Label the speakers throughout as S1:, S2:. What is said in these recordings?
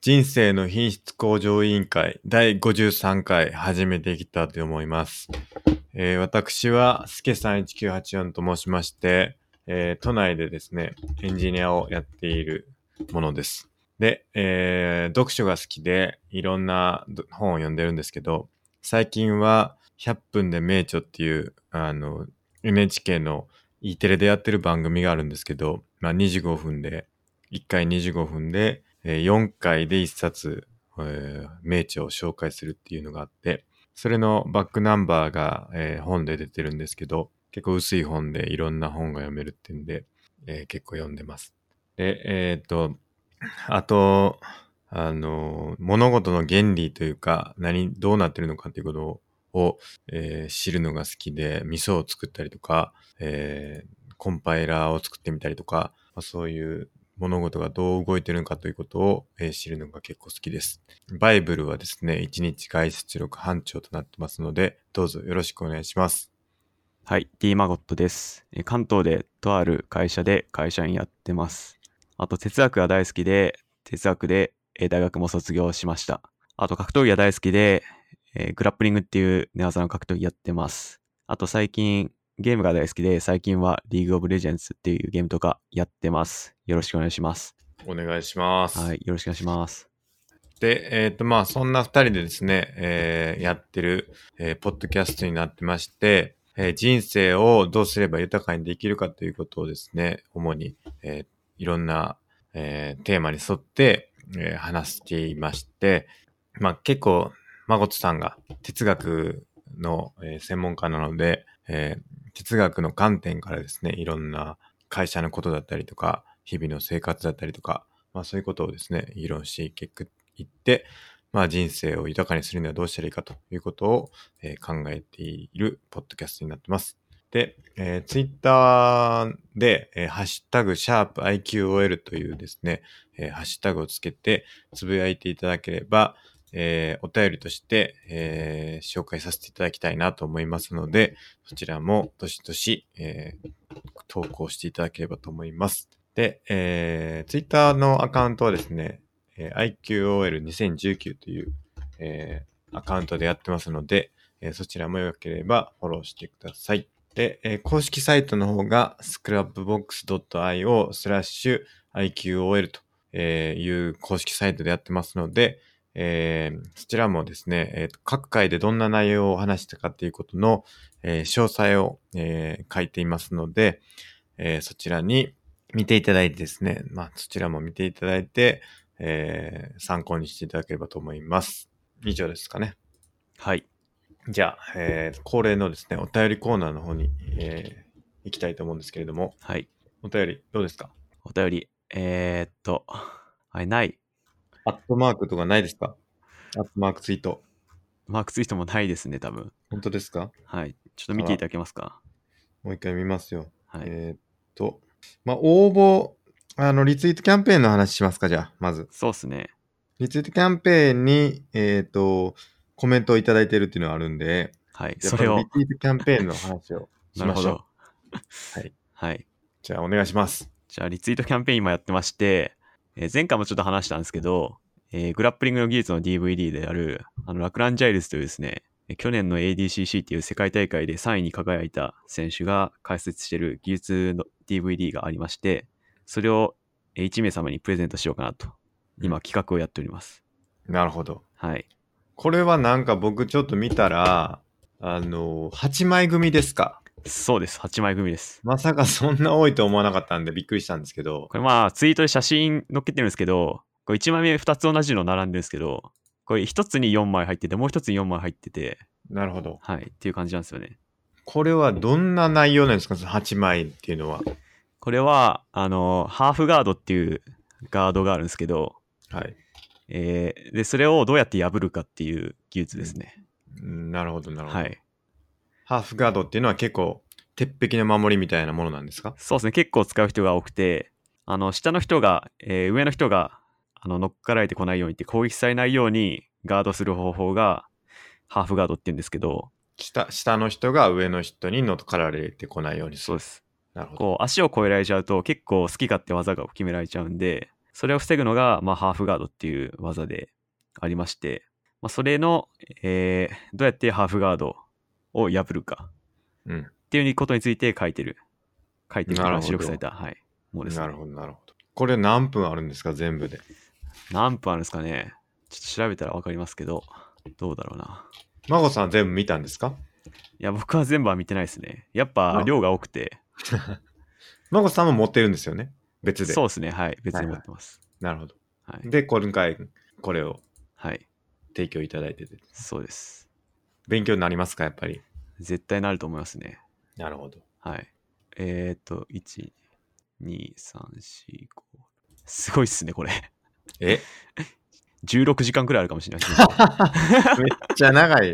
S1: 人生の品質向上委員会第53回始めていきたいと思います。えー私は、すけさん1984と申しまして、えー都内でですね、エンジニアをやっているものです。で、えー読書が好きで、いろんなど本を読んでるんですけど、最近は、100分で名著っていう、あの、NHK の E テレでやってる番組があるんですけど、まあ、25分で、1回25分で、えー4回で1冊、えー名著を紹介するっていうのがあって、それのバックナンバーが、えー本で出てるんですけど、結構薄い本でいろんな本が読めるっていうんで、えー結構読んでます。で、えーっと、あと、あの、物事の原理というか、何、どうなってるのかっていうことを、えー知るのが好きで、味噌を作ったりとか、えーコンパイラーを作ってみたりとか、まあ、そういう物事がどう動いてるのかということを、えー知るのが結構好きです。バイブルはですね、1日外出力班長となってますので、どうぞよろしくお願いします。
S2: はい、D マゴットです。えー関東でとある会社で会社員やってます。あと哲学が大好きで、哲学でえー大学も卒業しました。あと格闘技が大好きで、えーグラップリングっていう寝技の格闘技やってます。あと最近ゲームが大好きで、最近はリーグオブレジェンズっていうゲームとかやってます。よろしくお願いします。
S1: お願いします。
S2: はい、よろしくお願いします。
S1: で、えっ、と、まあ、そんな二人でですね、えーやってる、えーポッドキャストになってまして、えー人生をどうすれば豊かにできるかということをですね、主に、えーいろんな、えーテーマに沿って、えー話していまして、まあ、結構、まことさんが哲学の、えー専門家なので、えー哲学の観点からですね、いろんな会社のことだったりとか、日々の生活だったりとか、まあそういうことをですね、議論していくいって、まあ人生を豊かにするにはどうしたらいいかということを、えー考えているポッドキャストになってます。で、えツイッター Twitter で、えーハッシュタグ、シャープ i q o l というですね、えーハッシュタグをつけてつぶやいていただければ、えーお便りとして、えー紹介させていただきたいなと思いますので、そちらもどしどし、えー投稿していただければと思います。で、えー、Twitter のアカウントはですね、えー IQOL2019 という、えーアカウントでやってますので、えーそちらもよければフォローしてください。で、えー公式サイトの方が scrapbox.io スラッシュ IQOL とえーいう公式サイトでやってますので、えーそちらもですね、えーと各回でどんな内容を話したかということの、えー詳細を、えー書いていますので、えーそちらに見ていただいてですね、まあ、そちらも見ていただいて、えー参考にしていただければと思います。以上ですかね。
S2: はい、
S1: じゃあ、えー恒例のですね、お便りコーナーの方に、えー行きたいと思うんですけれども、
S2: はい。
S1: お便りどうですか
S2: お便り、えー、っと、はい、ない。
S1: アットマークとかないですかアットマークツイート。
S2: マークついてもないですね、多分。
S1: 本当ですか
S2: はい。ちょっと見ていただけますか。
S1: もう一回見ますよ。
S2: はい。
S1: えーっと、まあ、応募、あの、リツイートキャンペーンの話しますか、じゃあ、まず。
S2: そうっすね。
S1: リツイートキャンペーンに、えーっと、コメントをいただいてるっていうのがあるんで、
S2: はい。
S1: じゃあ
S2: それを
S1: リ。ツイートキャンペーンの話をし
S2: なる
S1: ま
S2: ほ
S1: しょう
S2: ど。。
S1: はい。
S2: はい。
S1: じゃあ、お願いします。
S2: じゃあ、リツイートキャンペーン今やってまして、えー前回もちょっと話したんですけど、えーグラップリングの技術の DVD である、あの、ラクランジャイルスというですね、えー去年の ADCC っていう世界大会で3位に輝いた選手が解説している技術の DVD がありまして、それをえー1名様にプレゼントしようかなと、今企画をやっております。
S1: なるほど。
S2: はい。
S1: これはなんか僕ちょっと見たら、あの、8枚組ですか。
S2: そうです。8枚組です。
S1: まさかそんな多いと思わなかったんでびっくりしたんですけど、
S2: これまあツイートで写真載っけてるんですけど、これ1枚目2つ同じの並んでるんですけど、これ1つに4枚入ってて、もう1つに4枚入ってて、
S1: なるほど。
S2: はい、っていう感じなんですよね。
S1: これはどんな内容なんですか、その8枚っていうのは。
S2: これは、あの、ハーフガードっていうガードがあるんですけど、
S1: はい。
S2: えーで、それをどうやって破るかっていう技術ですね。
S1: うんなるほど、なるほど、
S2: はい。
S1: ハーフガードっていうのは結構、鉄壁の守りみたいなものなんですか
S2: そうですね、結構使う人が多くて、あの、下の人が、えー上の人が、あの、乗っかられてこないようにって攻撃されないようにガードする方法が、ハーフガードって言うんですけど、
S1: 下下の人が上の人に乗っかられてこないようにす
S2: そう
S1: る。
S2: です。
S1: なるほど。
S2: こう足を越えられちゃうと結構好き勝手技が決められちゃうんでそれを防ぐのが、まあ、ハーフガードっていう技でありまして、まあ、それの、えーどうやってハーフガードを破るか
S1: うん。
S2: っていうことについて書いてる。書いてる
S1: なるほど
S2: 記録された、はい。もうですね
S1: なるほど、なるほど。これ何分あるんですか、全部で。
S2: 何分あるんですかねちょっと調べたらわかりますけど、どうだろうな。
S1: まこさんは全部見たんですか
S2: いや、僕は全部は見てないですね。やっぱ
S1: あ
S2: 量が多くて、
S1: まこさんも持ってるんですよね。別で。
S2: そう
S1: う。
S2: ですね。はい。別に持ってます。
S1: なるほど。
S2: はい。はい。
S1: で、今回、これを提供いただいてて。
S2: そうです。
S1: 勉強になりますか、やっぱり。
S2: 絶対なると思いますね。
S1: なるほど。
S2: はい。えっ、ー、と、1、2、3、4、5。すごいっすね、これ。
S1: え
S2: 16時間くらいあるかもしれない。
S1: めっちゃ長い。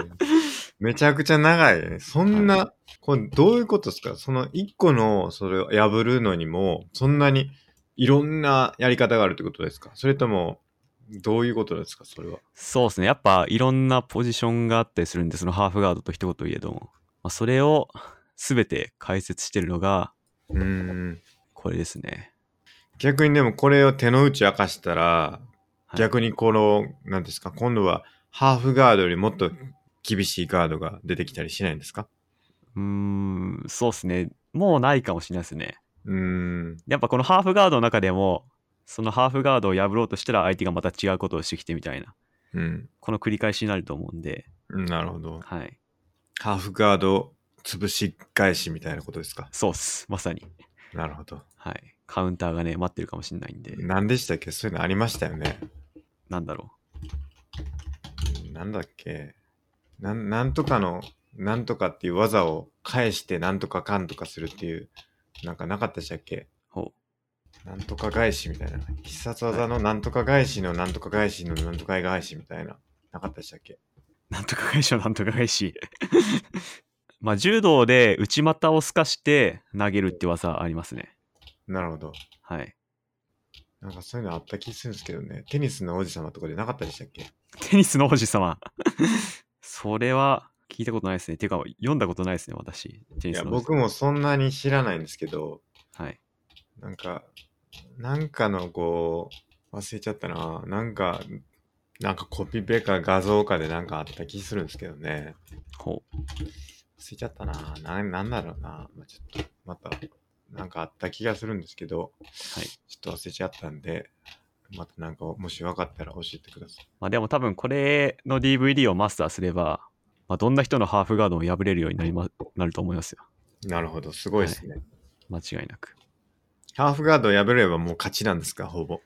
S1: めちゃくちゃ長いね。そんな、これどういうことですかその一個のそれを破るのにも、そんなにいろんなやり方があるってことですかそれとも、どういうことですかそれは。
S2: そうですね。やっぱいろんなポジションがあったりするんで、そのハーフガードと一言言えども、まあ、それを全て解説してるのが
S1: うーん。
S2: これですね。
S1: 逆にでもこれを手の内明かしたら、
S2: はい
S1: 逆にこの、なんですか、今度はハーフガードよりもっと厳しいガードが出てきたりしないんですか
S2: うーん、そうですね。もうないかもしれないですね。
S1: うーん。
S2: やっぱこのハーフガードの中でも、そのハーフガードを破ろうとしたら相手がまた違うことをしてきてみたいな、
S1: うん。
S2: この繰り返しになると思うんで、
S1: なるほど。
S2: はい。
S1: ハーフガード潰し返しみたいなことですか
S2: そうっす。まさに。
S1: なるほど。
S2: はい。カウンターがね、待ってるかもしれないんで、
S1: 何でしたっけそういうのありましたよね。
S2: なんだろ
S1: なんだっけなんなんとかの、なんとかっていう技を返してなんとかかんとかするっていう、なんかなかったでしたっけ
S2: う。 ほ
S1: なんとか返しみたいな。必殺技のなんとか返しのなんとか返しのなんとか返しみたいな。なかったでしたっけ
S2: う。なんとか返しはなんとか返し。 まあ、柔道で内股を透かして投げるって技ありますね。
S1: なるほど。
S2: はい。
S1: なんかそういうのあった気するんですけどね。テニスの王子様とかでなかったでしたっけ
S2: テニスの王子様。 それは聞いたことないですね。ていうか、読んだことないですね、私。テ
S1: い
S2: ニス
S1: や、
S2: の王子様。
S1: 僕もそんなに知らないんですけど、
S2: はい。
S1: なんか、なんかのこう、忘れちゃったな。なんか、なんかコピペか画像かでなんかあった気するんですけどね。
S2: ほう。
S1: 忘れちゃったな。ななんだろうな。まあ、ちょっと、また、なんかあった気がするんですけど、
S2: はい
S1: ちょっと忘れちゃったんで、またなんか、もし分かったら教えてください。
S2: まあでも多分これの DVD をマスターすれば、まあ、どんな人のハーフガードも破れるようになりま、なると思いますよ。
S1: なるほど、すごいですね。
S2: 間違いなく。
S1: ハーフガードを破ればもう勝ちなんですか、ほぼ。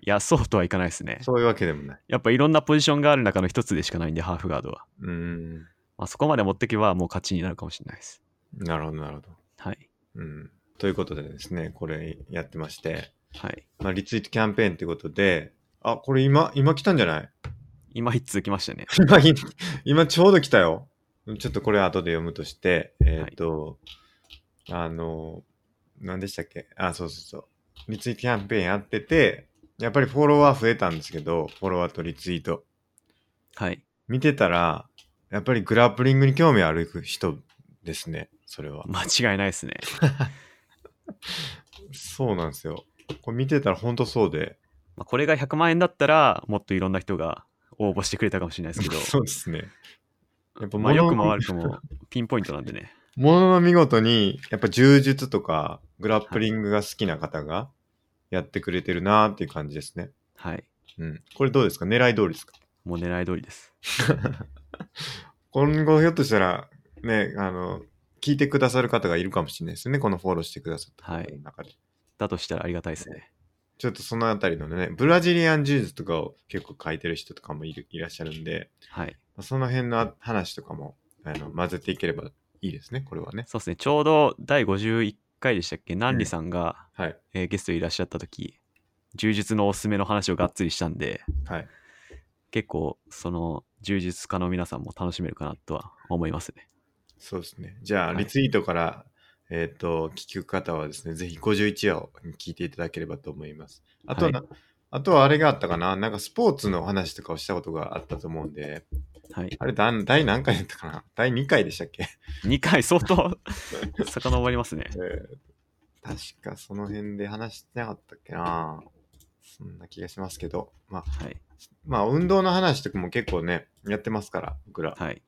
S2: いや、そうとはいかないですね。
S1: そういうわけでもない。
S2: やっぱいろんなポジションがある中の一つでしかないんで、ハーフガードは。
S1: うーん。
S2: まあ、そこまで持ってけばもう勝ちになるかもしれないです。
S1: なるほど、なるほど。
S2: はい。
S1: うん。ということでですね、これやってまして、
S2: はい。
S1: まあ、リツイートキャンペーンってことで、あ、これ今、今来たんじゃない
S2: 今一通きましたね。
S1: 今、今ちょうど来たよ。ちょっとこれ後で読むとして、えっ、と、あの、何でしたっけあ、そうそうそう。リツイートキャンペーンやってて、やっぱりフォロワー増えたんですけど、フォロワーとリツイート。
S2: はい。
S1: 見てたら、やっぱりグラップリングに興味ある人ですね、それは。
S2: 間違いないですね。
S1: そうなんですよ。これ見てたらほんとそうで。
S2: まあ、これが100万円だったら、もっといろんな人が応募してくれたかもしれないですけど、
S1: そうですね。やっぱ
S2: ま
S1: 物
S2: あ、良
S1: の
S2: くも悪くもピンポイントなんでね。
S1: ものの見事に、やっぱ柔術とかグラップリングが好きな方がやってくれてるなーっていう感じですね。
S2: はい。
S1: うん。これどうですか狙い通りですか
S2: もう狙い通りです。
S1: 今後ひょっとしたら、ね、あの、聞いてくださる方がいるかもしれないですよね。このフォローしてくださった方の中で。
S2: だとしたらありがたいですね。
S1: ちょっとそのあたりのね、ブラジリアン柔術とかを結構書いてる人とかもいるいらっしゃるんで、
S2: はい。
S1: その辺の話とかもあの混ぜていければいいですね、これはね。
S2: そうですね、ちょうど第51回でしたっけ、ナンリさんが、
S1: はい。
S2: えーゲストでいらっしゃった時柔術のおすすめの話をがっつりしたんで、
S1: はい。
S2: 結構、その、柔術家の皆さんも楽しめるかなとは思いますね。
S1: そうですね。じゃあ、
S2: はい
S1: リツイートから、えっ、と、聞く方はですね、ぜひ51話を聞いていただければと思います。あとはな、あとはあれがあったかななんかスポーツの話とかをしたことがあったと思うんで、
S2: はい。
S1: あれ、だん第何回だったかな第2回でしたっけ、
S2: 2回、相当、遡りますね
S1: え。ー確かその辺で話してなかったっけなそんな気がしますけど、まあ、
S2: はい。
S1: まあ、運動の話とかも結構ね、やってますから、僕ら。
S2: はい。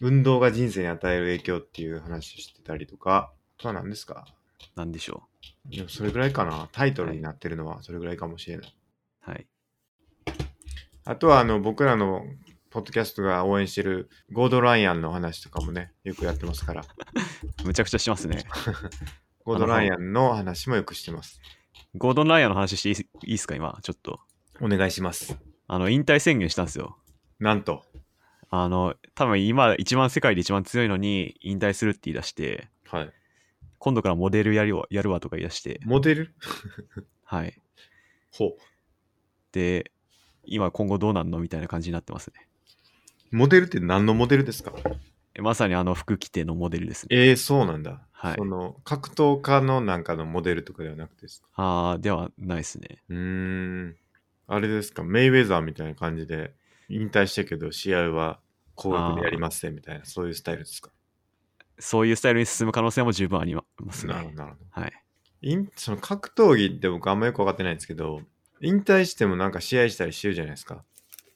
S1: 運動が人生に与える影響っていう話してたりとか、あとは何ですか
S2: なんでしょ
S1: でもそれぐらいかな。タイトルになってるのはそれぐらいかもしれない。
S2: う。はい。
S1: あとは、あの、僕らの、ポッドキャストが応援してるゴードライアンの話とかもね、よくやってますから、
S2: むちゃくちゃしますね。
S1: ゴードライアンの話もよくしてます。
S2: ゴードン・ライアンの話していいすいいですか、今、ちょっと。
S1: お願いします。
S2: あの、引退宣言したんですよ。
S1: なんと、
S2: あの、多分今、一番世界で一番強いのに、引退するって言い出して、
S1: はい。
S2: 今度からモデルやるわやるわとか言い出して、
S1: モデル
S2: はい。
S1: ほ
S2: で、今、今後どうなんのみたいな感じになってますね。
S1: う。モデルって何のモデルですか
S2: えまさにあの服規定のモデルですね。
S1: ええそうなんだ。
S2: はい
S1: その、格闘家のなんかのモデルとかではなくてですか
S2: ああ、ではないですね。
S1: うーん。あれですか、メイウェザーみたいな感じで、引退したけど、試合は高額でやりますせんみたいな、そういうスタイルですか。
S2: そういうスタイルに進む可能性も十分あります
S1: なるほ
S2: ね
S1: ど、。なるほど。
S2: はい。
S1: インその格闘技って僕あんまよく分かってないんですけど、引退してもなんか試合したりしてるじゃないですか。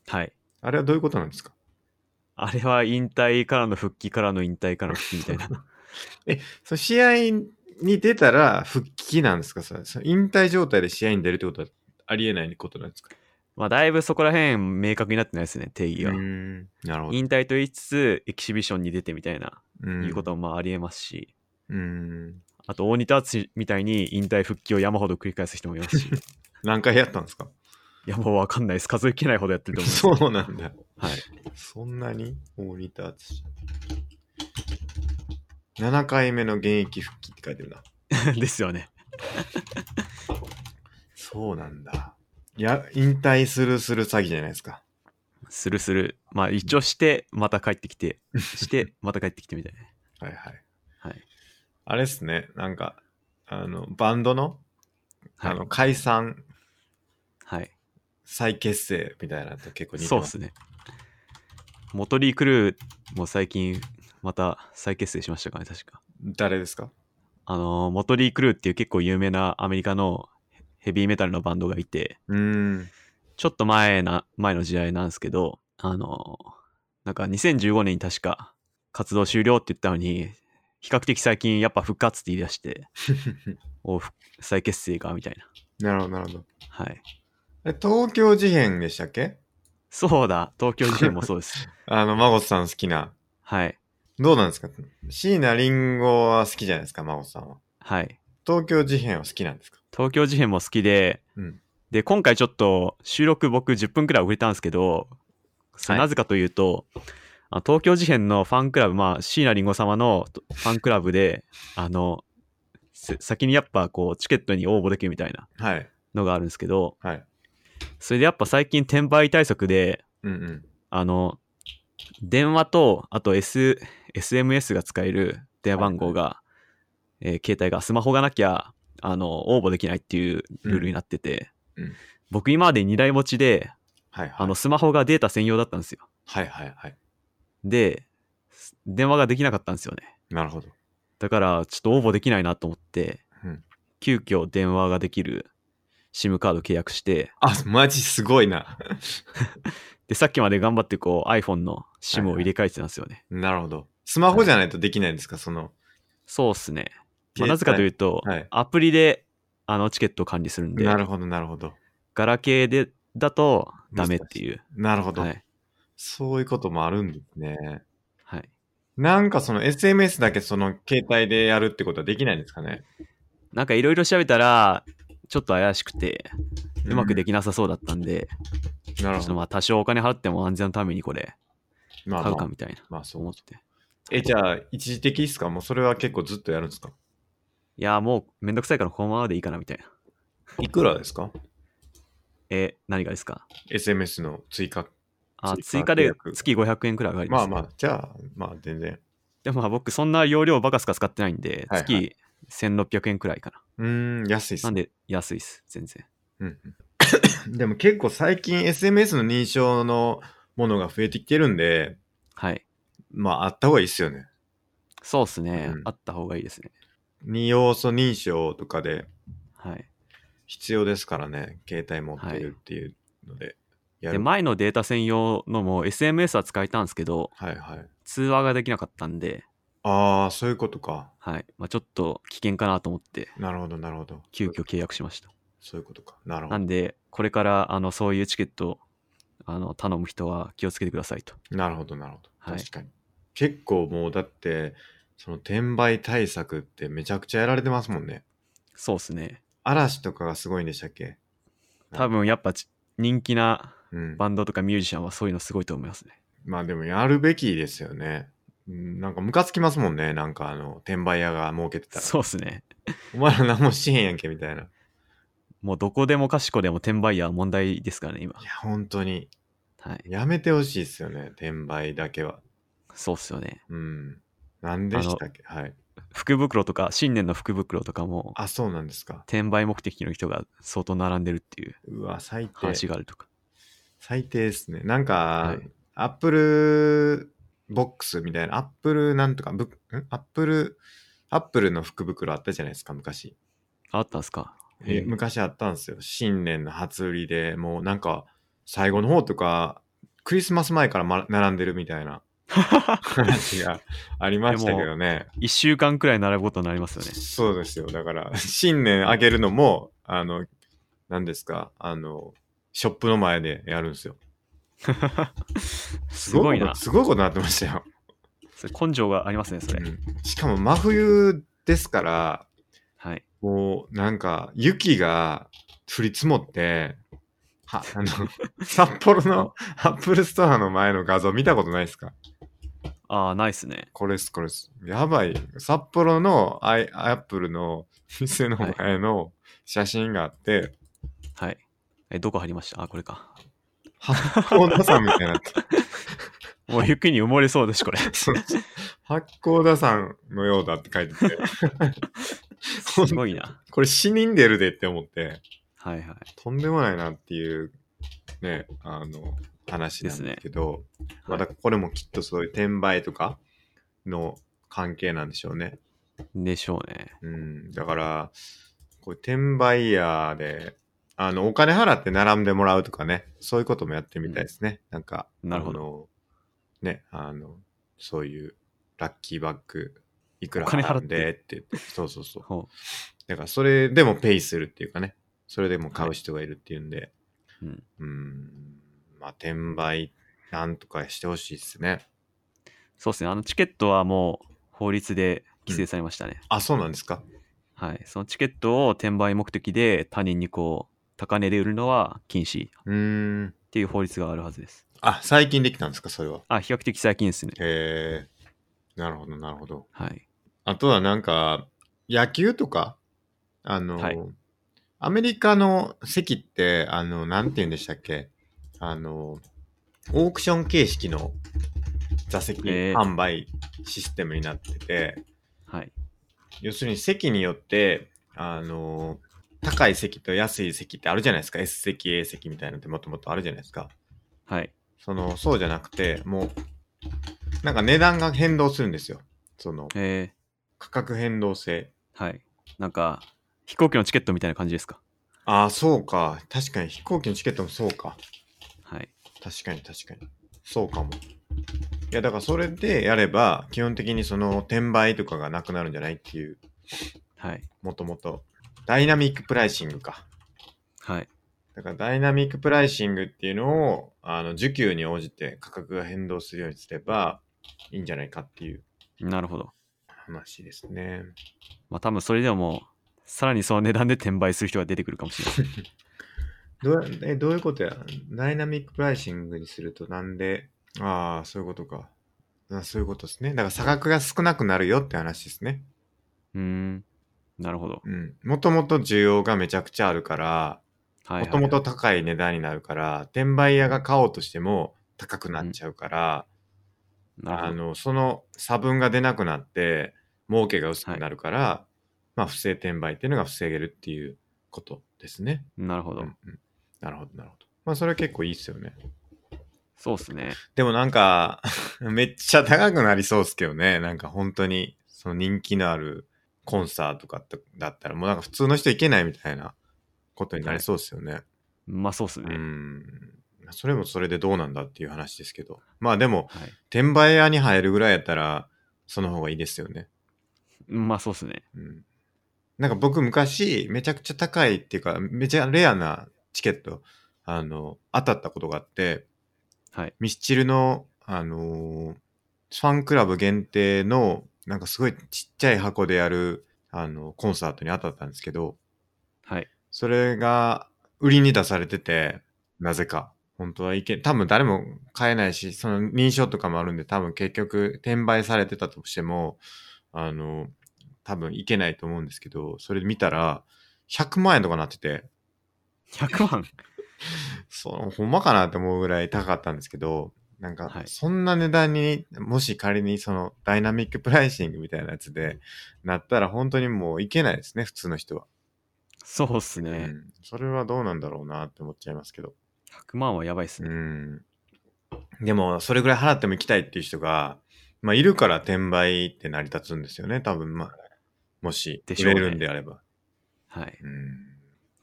S2: はい。
S1: あれはどういうことなんですか
S2: あれは引退からの復帰からの引退からの復帰みた いな。
S1: その試合に出たら復帰なんですかそれその引退状態で試合に出るってことはありえないことなんですか
S2: まあ、だいぶそこら辺明確になってないですね、定
S1: う
S2: 義が。
S1: ーんなるほど。
S2: 引退と言いつつ、エキシビションに出てみたいな、
S1: うん
S2: いうこともまあありえますし、
S1: うーん。
S2: あと、大仁田敦みたいに引退復帰を山ほど繰り返す人もい ますし、い
S1: 何回やったんですか
S2: や、もうわかんないです。数えきれないほどやってると思います。
S1: そうなんだ。
S2: はい。
S1: そんなにモニターつ。7回目の現役復帰って書いてるな。
S2: ですよね。
S1: そうなんだ。いや、引退するする詐欺じゃないですか。
S2: するする。まあ、一応して、また帰ってきて、して、また帰ってきてみたい な。
S1: はいはい。
S2: はい。
S1: あれっすね、なんか、あの、バンドの、
S2: は
S1: あ
S2: い
S1: の、。解散、
S2: はい、
S1: 再結成みたいなのと結構似て
S2: そう
S1: ま。
S2: ですすね。モトリー・クルーも最近、また再結成しましたかね、確か。
S1: 誰ですか
S2: あのー、モトリー・クルーっていう結構有名なアメリカのヘビーメタルのバンドがいて、
S1: うーん。
S2: ちょっと前な、前の時代なんですけど、あのー、なんか2015年に確か活動終了って言ったのに、比較的最近やっぱ復活って言い出 して、おふ再結成か、みたいな。
S1: なるほど、なるほど。
S2: はい。
S1: え、東京事変でしたっけ
S2: そうだ、東京事変もそうです。
S1: あの、孫さん好きな。
S2: はい。
S1: どうなんですか椎名林檎は好きじゃないですか、孫さんは。
S2: はい。
S1: 東京事変は好きなんですか
S2: 東京事変も好きで、
S1: うん
S2: で、今回ちょっと収録僕10分くらい遅れたんですけど、それ
S1: はい
S2: なぜかというと、あ東京事変のファンクラブ、まあ、椎名林檎様のとファンクラブで、あの、せ先にやっぱこう、チケットに応募できるみたいな
S1: はい。
S2: のがあるんですけど、
S1: はい。
S2: それでやっぱ最近転売対策で、
S1: うんうん。
S2: あの、電話と、あと、S、SMS が使える電話番号が、えー携帯が、スマホがなきゃ、あの、応募できないっていうルールになってて、
S1: うんうん
S2: 僕今まで2台持ちで、
S1: はいはい。
S2: あの、スマホがデータ専用だったんですよ。
S1: はいはいはい。
S2: で、す電話ができなかったんですよね。
S1: なるほど。
S2: だから、ちょっと応募できないなと思って、
S1: うん
S2: 急遽電話ができる SIM カード契約して、
S1: あ、マジすごいな。
S2: で、さっきまで頑張ってこう iPhone の SIM を入れ替えてたんですよね。
S1: なるほど。スマホじゃないとできないんですか、その。
S2: そうっすね。
S1: 携
S2: まあ、
S1: 帯
S2: なぜかというと、
S1: はい
S2: アプリであのチケットを管理するんで、
S1: なるほど、なるほど。
S2: ガラケーでだとダメっていう。
S1: なるほど。
S2: はい。
S1: そういうこともあるんですね。
S2: はい。
S1: なんかその SMS だけその携帯でやるってことはできないんですかね
S2: なんかいろいろ調べたら、ちょっと怪しくて、うまくで
S1: き、
S2: きなさそうだったんで、
S1: うんなるほ
S2: ちょっと
S1: ど。
S2: まあ多少お金払っても安全のためにこれ
S1: まあ、
S2: 買う
S1: ま
S2: か
S1: あ、
S2: みたいな
S1: まあそう
S2: 思って。
S1: え、じゃあ、一時的ですかもうそれは結構ずっとやるんですか
S2: いやーもうめんどくさいからこのままでいいかなみたいな。
S1: いくらですか
S2: え、何がですか
S1: ?SMS の追加。
S2: あ、
S1: 追
S2: 追
S1: 加
S2: 加
S1: 契
S2: で
S1: 約
S2: 月500円くらい上がりま、
S1: ますあまあ、じゃあ、まあ全然。
S2: でもまあ僕そんな容量バカスカ使ってないんで、
S1: はいはい
S2: 月1600円くらいかな。
S1: うーん、安いっす
S2: なんで安いっす、全然。
S1: うんうんでも結構最近 SMS の認証のものが増えてきてるんで、
S2: はい。
S1: まああった方がいいですよね。
S2: そうですね、
S1: うん
S2: あった方がいいですね。
S1: 二要素認証とかで
S2: はい。
S1: 必要ですからね、携帯持ってるっていうので、や
S2: で
S1: る。
S2: 前のデータ専用のも SMS は使えたんですけど
S1: はいはい。
S2: 通話ができなかったんで、
S1: ああ、そういうことか。
S2: はいまあ、ちょっと危険かなと思って
S1: なるほど、なるほど。
S2: 急遽契約しました
S1: そういうことか。なるほ
S2: な
S1: ど。
S2: んでこれからあのそういうチケットあの頼む人は気をつけてくださいと
S1: なるほど、なるほど。
S2: はい
S1: 確かに。結構もう、だって、その転売対策ってめちゃくちゃやられてますもんね。
S2: そうですね
S1: 嵐とかがすごいんでしたっけ
S2: 多分やっぱち人気な
S1: うん。
S2: バンドとかミュージシャンはそういうのすごいと思いますね
S1: まあでもやるべきですよね。うんなんかムカつきますもんね。なんかあの、転売屋が儲けてたら。
S2: そうですね
S1: お前ら何もしへんやんけ、みたいな。い
S2: もうどこでもかしこでも転売屋は問題ですからね今
S1: や、本当に。
S2: はい
S1: やめてほしいですよね。転売だけは。
S2: そうっすよね
S1: うん。なんでしたっけはい。
S2: 福袋とか新年の福袋とかも
S1: あ、そうなんですか。
S2: 転売目的の人が相当並んでるっていう
S1: うわ、最低。
S2: 話があるとか
S1: 最低ですね。なんか
S2: はい、
S1: アップルボックスみたいな、アップルなんとか、ぶんアップル、アップルの福袋あったじゃないですか、昔。
S2: あったんすかへえ
S1: 昔あったんですよ。新年の初売りでもうなんか、最後の方とか、クリスマス前から、ま、並んでるみたい な話がありましたけどね。
S2: 1週間くらい並ぶことになりますよね
S1: そうですよ。だから、 新年あげるのも、あの、何ですか、あの、ショップの前でやるんですよ。
S2: すごいな
S1: すごいことになってましたよ。
S2: それ根性がありますねそれ、
S1: うんしかも真冬ですから、
S2: はい
S1: もうなんか雪が降り積もって、は、 あの、札幌のアップルストアの前の画像見たことないですか
S2: ああないっすね
S1: これです、これです。やばい。札幌のアイアップルの店の前の写真があって、
S2: はいえどこ貼りましたあこれ か
S1: 発酵ダさんみたいになって、
S2: もう雪に埋もれそうですこれ
S1: そうそう発酵ダさんのようだって書いてて、
S2: すごいな
S1: これ死人出るでって思って、
S2: はいはい
S1: とんでもないなっていう、ね、あの、話なんですけど、まあだ
S2: は
S1: からこれもきっとそういう転売とかの関係なんでしょうね。
S2: い、でしょうね
S1: うん。だから、こういう転売ヤーで、あの、お金払って並んでもらうとかね、そういうこともやってみたいですね。なんか、
S2: なるほ
S1: ど。ね、あの、そういうラッキーバッグ、いくら
S2: お金
S1: 払
S2: 払っ
S1: っててって言って、そうそうそう。
S2: ほ
S1: だから、それでもペイするっていうかね、それでも買う人がいるっていうんで、
S2: う、うん、
S1: うん、まあ、転売、なんとかしてほしいですね。
S2: そうですねあのチケットはもう法律で規制されましたね、
S1: あ、そうなんですか
S2: はいそのチケットを転売目的で他人にこう高値で売るのは禁止っ
S1: うーん。
S2: ていう法律があるはずです
S1: あ、最近できたんですか、それは。
S2: あ比較的最近ですね
S1: へえ。なるほど、なるほど。
S2: はい
S1: あとはなんか、野球とか、あの、
S2: はい
S1: アメリカの席って、あの、なんて言うんでしたっけあの、オークション形式の座席
S2: えー
S1: 販売システムになってて、
S2: はい
S1: 要するに席によって、あの、高い席と安い席ってあるじゃないですか。S 席、A 席みたいなのってもともとあるじゃないですか。
S2: はい
S1: その、そうじゃなくて、もう、なんか値段が変動するんですよ。その、
S2: え
S1: 価格変動性。
S2: ー、はいなんか飛行機のチケットみたいな感じですか
S1: ああ、そうか。確かに飛行機のチケットもそうか。
S2: はい
S1: 確かに確かに。そうかも。いや、だからそれでやれば、基本的にその転売とかがなくなるんじゃないっていう、
S2: はい
S1: もともと。ダイナミックプライシングか。
S2: はい
S1: だからダイナミックプライシングっていうのを、あの、需給に応じて価格が変動するようにすれば、いいんじゃないかっていう
S2: なるほど
S1: 話ですね。
S2: まあ多分それでももうさらにその値段で転売する人が出てくるかもし れない
S1: どうえどういうことやダイナミックプライシングにするとなんで、ああ、そういうことか。あそういうことですね。だから差額が少なくなるよって話ですね。
S2: うーんなるほど
S1: うん。もともと需要がめちゃくちゃあるから、も
S2: はいはい
S1: と
S2: はい、
S1: もと高い値段になるから、転売屋が買おうとしても高くなっちゃうから、
S2: なるほ
S1: あ
S2: ど
S1: の、その差分が出なくなって、儲けが薄くなるから、まあ、不正転売っていうのが防げるっていうことですね。
S2: なるほ
S1: う
S2: ど
S1: ん。うん。なるほど、なるほど。まあ、それ結構いいっすよね。
S2: そうですね。
S1: でもなんか、 めっちゃ高くなりそうっすけどね。なんか本当に、その人気のあるコンサートとかだったら、もうなんか普通の人行けないみたいなことになりそうですよね。
S2: まあそうっす
S1: う
S2: ね。
S1: ん。それもそれでどうなんだっていう話ですけど。まあでも、
S2: はい。
S1: 転売屋に入るぐらいやったら、その方がいいですよね。
S2: まあそうっすね。
S1: うん。なんか僕昔、めちゃくちゃ高いっていうか、めちゃレアなチケット、あの、当たったことがあって、
S2: はい。
S1: ミスチルの、あのーファンクラブ限定の、なんかすごいちっちゃい箱でやる、あの、コンサートに当たったんですけど、
S2: はい。
S1: それが売りに出されてて、なぜか。本当はいけ、多分誰も買えないし、その認証とかもあるんで、多分結局転売されてたとしても、あの、多分いけないと思うんですけど、それ見たら、100万円とかなってて、
S2: 100万
S1: そのほんまかなって思うぐらい高かったんですけど、なん
S2: は
S1: か
S2: い、
S1: そんな値段に、もし仮にそのダイナミックプライシングみたいなやつでなったら、本当にもういけないですね、普通の人は。
S2: そうっすね。
S1: うん、それはどうなんだろうなって思っちゃいますけど。
S2: 100万はやばいっす
S1: う
S2: ね。
S1: ん。でも、それぐらい払っても行きたいっていう人が、まあ、いるから転売って成り立つんですよね、多分、まあ、もし、
S2: で
S1: 売
S2: しょ
S1: れ
S2: うね
S1: るんであれば。
S2: はい。
S1: うん。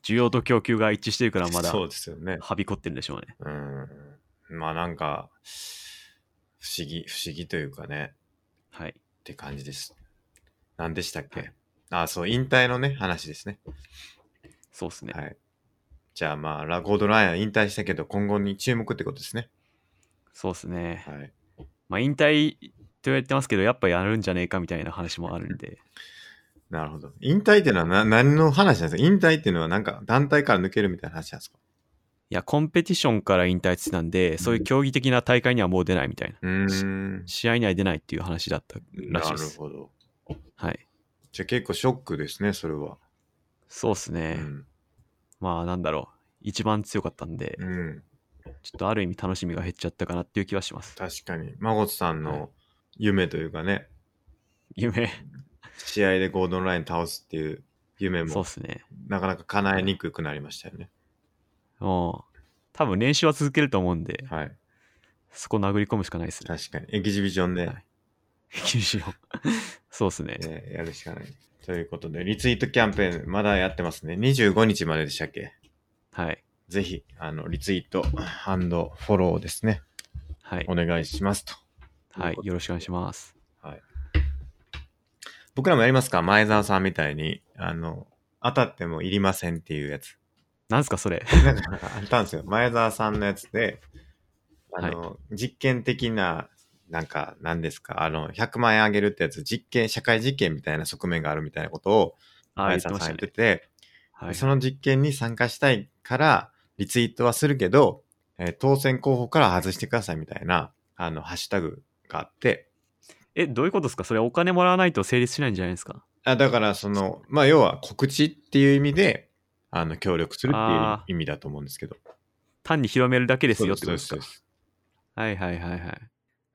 S2: 需要と供給が一致してるからまだ
S1: そうですよね。
S2: はびこってるんでしょうね。
S1: うん。まあなんか、不思議、不思議というかね、
S2: はい。
S1: って感じです。何でしたっ
S2: は
S1: け
S2: い
S1: あ、そう、引退のね、話ですね。
S2: そうっすね。
S1: はい。じゃあまあ、ラゴードライアン引退したけど、今後に注目ってことですね。
S2: そうっすね。
S1: はい。
S2: まあ引退と言われてますけど、やっぱやるんじゃねえかみたいな話もあるんで。
S1: なるほど。引退っていうのはな何の話なんですか引退っていうのはなんか団体から抜けるみたいな話なんですか
S2: いや、コンペティションから引退って言ってたんで、そういう競技的な大会にはもう出ないみたいな。
S1: うーん。
S2: 試合には出ないっていう話だったらし
S1: ない
S2: で
S1: る
S2: す。
S1: ほど。
S2: はい。
S1: じゃあ結構ショックですね、それは。
S2: そうっす
S1: う
S2: ね。
S1: ん。
S2: まあなんだろう。一番強かったんで、
S1: うん。
S2: ちょっとある意味楽しみが減っちゃったかなっていう気はします。
S1: 確かに。孫さん
S2: はい
S1: の夢というかね、
S2: 夢、
S1: 試合でゴードン・ライン倒すっていう夢
S2: そうっ
S1: も
S2: すね。
S1: なかなか叶えにくくなりましたよね。
S2: うん。多分練習は続けると思うんで、
S1: はい。
S2: そこ殴り込むしかないですね。
S1: 確かに。エキシビジョンで、
S2: はい 厳しいよ。そうですね。
S1: ねやるしかない。ということで、リツイートキャンペーンまだやってますね。25日まででしたっけ
S2: はい。
S1: ぜひ、あの、リツイートフォローですね。
S2: はい
S1: お。願いしますと。
S2: はい。よろしくお願いします。
S1: 僕らもやりますか前澤さんみたいに、あの、当たってもいりませんっていうやつ。
S2: なんすか、それ。
S1: なんかあったんですよ。前澤さんのやつで、あの、実験的な、なんか、何ですか、あの、100万円あげるってやつ、実験、社会実験みたいな側面があるみたいなことを、
S2: あー、言
S1: 前
S2: って
S1: 澤
S2: ま
S1: さ
S2: し
S1: ん
S2: た
S1: 言って
S2: ね。
S1: て、
S2: はい。
S1: その実験に参加したいから、リツイートはするけど、えー当選候補から外してくださいみたいな、あの、ハッシュタグがあって、
S2: え、どういうことですかそれお金もらわないと成立しないんじゃないですか
S1: あだから、その、まあ、要は告知っていう意味で、あの、協力するっていう
S2: あ
S1: 意味だと思うんですけど。
S2: 単に広めるだけで
S1: です
S2: よってことです
S1: そう
S2: か
S1: です。
S2: はいはいはいはい。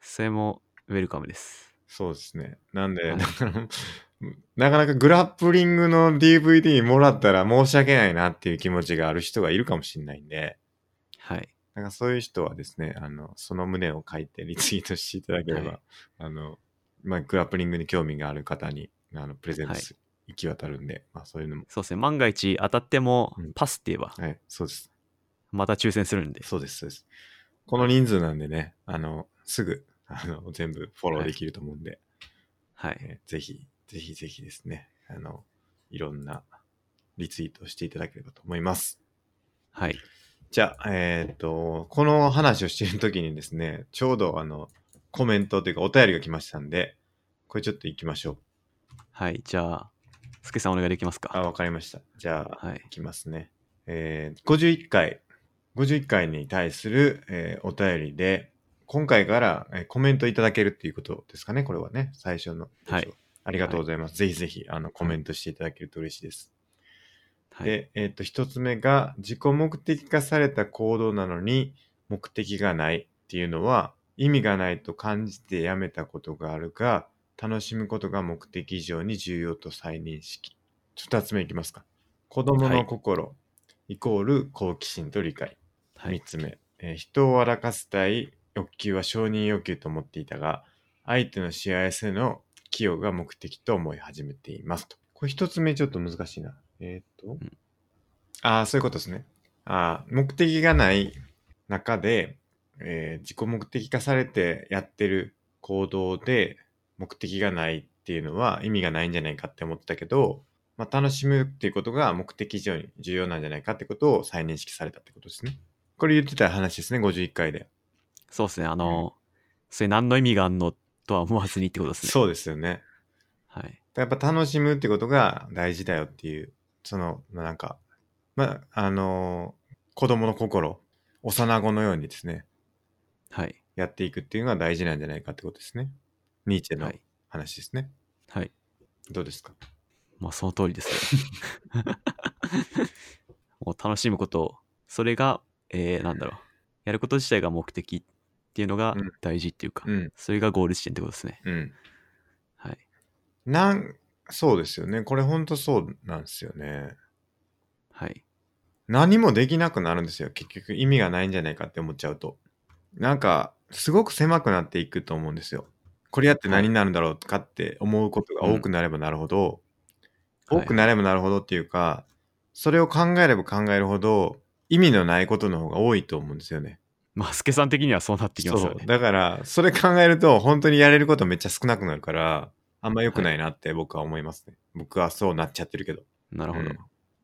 S2: それもウェルカムです。
S1: そうですね。なん
S2: は
S1: で、
S2: い
S1: だから なかなかグラップリングの DVD もらったら申し訳ないなっていう気持ちがある人がいるかもしれないんで、
S2: はい。
S1: なんかそういう人はですね、あの、その旨を書いてリツイートしていただければ、
S2: はい
S1: あの、まあ、グラップリングに興味がある方に、あの、プレゼントす行き渡るんで、まあ、そういうのも。
S2: そうですね。万が一当たっても
S1: うん
S2: パスって言えば、
S1: はい、そうです。
S2: また抽選するんで。
S1: そうです、そうです。この人数なんでね、あの、すぐ、あの、全部フォローできると思うんで、
S2: はい。
S1: ねぜひ、ぜひぜひですね、あの、いろんなリツイートをしていただければと思います。
S2: はい。
S1: じゃあ、えっ、と、この話をしているときにですね、ちょうどあの、コメントというかお便りが来ましたんで、これちょっと行きましょう。
S2: はい。じゃあ、すけさんお願いできます
S1: あ、
S2: か。
S1: わかりました。じゃあ、
S2: はい
S1: 行。きますね。えー、51回、51回に対する、えーお便りで、今回から、えーコメントいただけるっていうことですかね、これはね、最初の。
S2: はい。
S1: ありがとうございます。ぜひぜひ、あの、コメントしていただけると嬉しいです。
S2: はい。
S1: で、えっ、と、一つ目が、自己目的化された行動なのに目的がないっていうのは、意味がないと感じてやめたことがあるが、楽しむことが目的以上に重要と再認識。二つ目いきますか。子供の心、イコール好奇心と理解。
S2: は
S1: 三
S2: い。
S1: つ目、えー人を笑かせたい欲求は承認欲求と思っていたが、相手の幸せの寄与が目的と思い始めていますと。これ一つ目ちょっと難しいな。えーっと、
S2: ん
S1: ああ、そういうことですね。ああ、目的がない中で、えー自己目的化されてやってる行動で目的がないっていうのは意味がないんじゃないかって思ってたけど、まあ、楽しむっていうことが目的以上に重要なんじゃないかってことを再認識されたってことですね。これ言ってた話ですね、51回で。
S2: そうですね、あの、それ何の意味があんのとは思わずにってことですね。
S1: そうですよね。
S2: はい。
S1: やっぱ楽しむってことが大事だよっていう、その、まあなんか、まあ、あのー子供の心、幼子のようにですね、
S2: はい。
S1: やっていくっていうのが大事なんじゃないかってことですね。ニーチェ
S2: は
S1: の
S2: い。
S1: 話ですね。
S2: はい。
S1: どうですか
S2: まあ、その通りですね。 もう楽しむこと、それが、えー、なんだろう。やること自体が目的っていうのが
S1: うん
S2: 大事っていうか、
S1: うん、
S2: それがゴール地点ってことですね。
S1: うん。
S2: はい。
S1: なん、そうですよね。これほんとそうなんですよね。
S2: はい。
S1: 何もできなくなるんですよ。結局意味がないんじゃないかって思っちゃうと。なんか、すごく狭くなっていくと思うんですよ。これやって何になるんだろうとかって思うことが多くなればなるほど、
S2: うん
S1: 多くなればなるほどっていうか、それを考えれば考えるほど、意味のないことの方が多いと思うんですよね。
S2: まあ、スケさん的にはそうなってきますよ
S1: そう
S2: ね。
S1: だから、それ考えると、本当にやれることめっちゃ少なくなるから、あんま良くないなって僕は思いますね。僕はそうなっちゃってるけど。
S2: なるほど。
S1: うん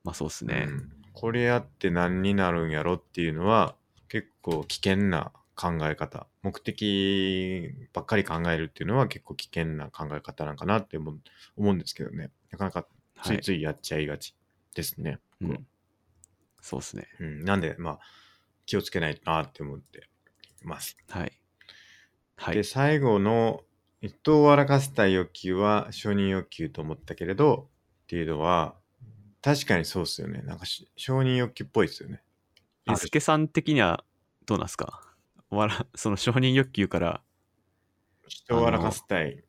S2: まあ、そうですね。
S1: うんこれやって何になるんやろっていうのは、結構危険な考え方。目的ばっかり考えるっていうのは結構危険な考え方なんかなって思う思うんですけどね。なかなか
S2: は
S1: つい
S2: い。
S1: ついやっちゃいがちですね。
S2: うん、そうですね。
S1: うんなんで、まあ、気をつけないとなって思ってます。
S2: はい。は
S1: で
S2: い。
S1: 最後の「人を笑かせたい欲求は承認欲求と思ったけれど」っていうのは確かにそうっすよねなんかし承認欲求っぽいですよねあ
S2: え、スケさん的にはどうなんですかわら その承認欲求から、
S1: 人を笑かせたい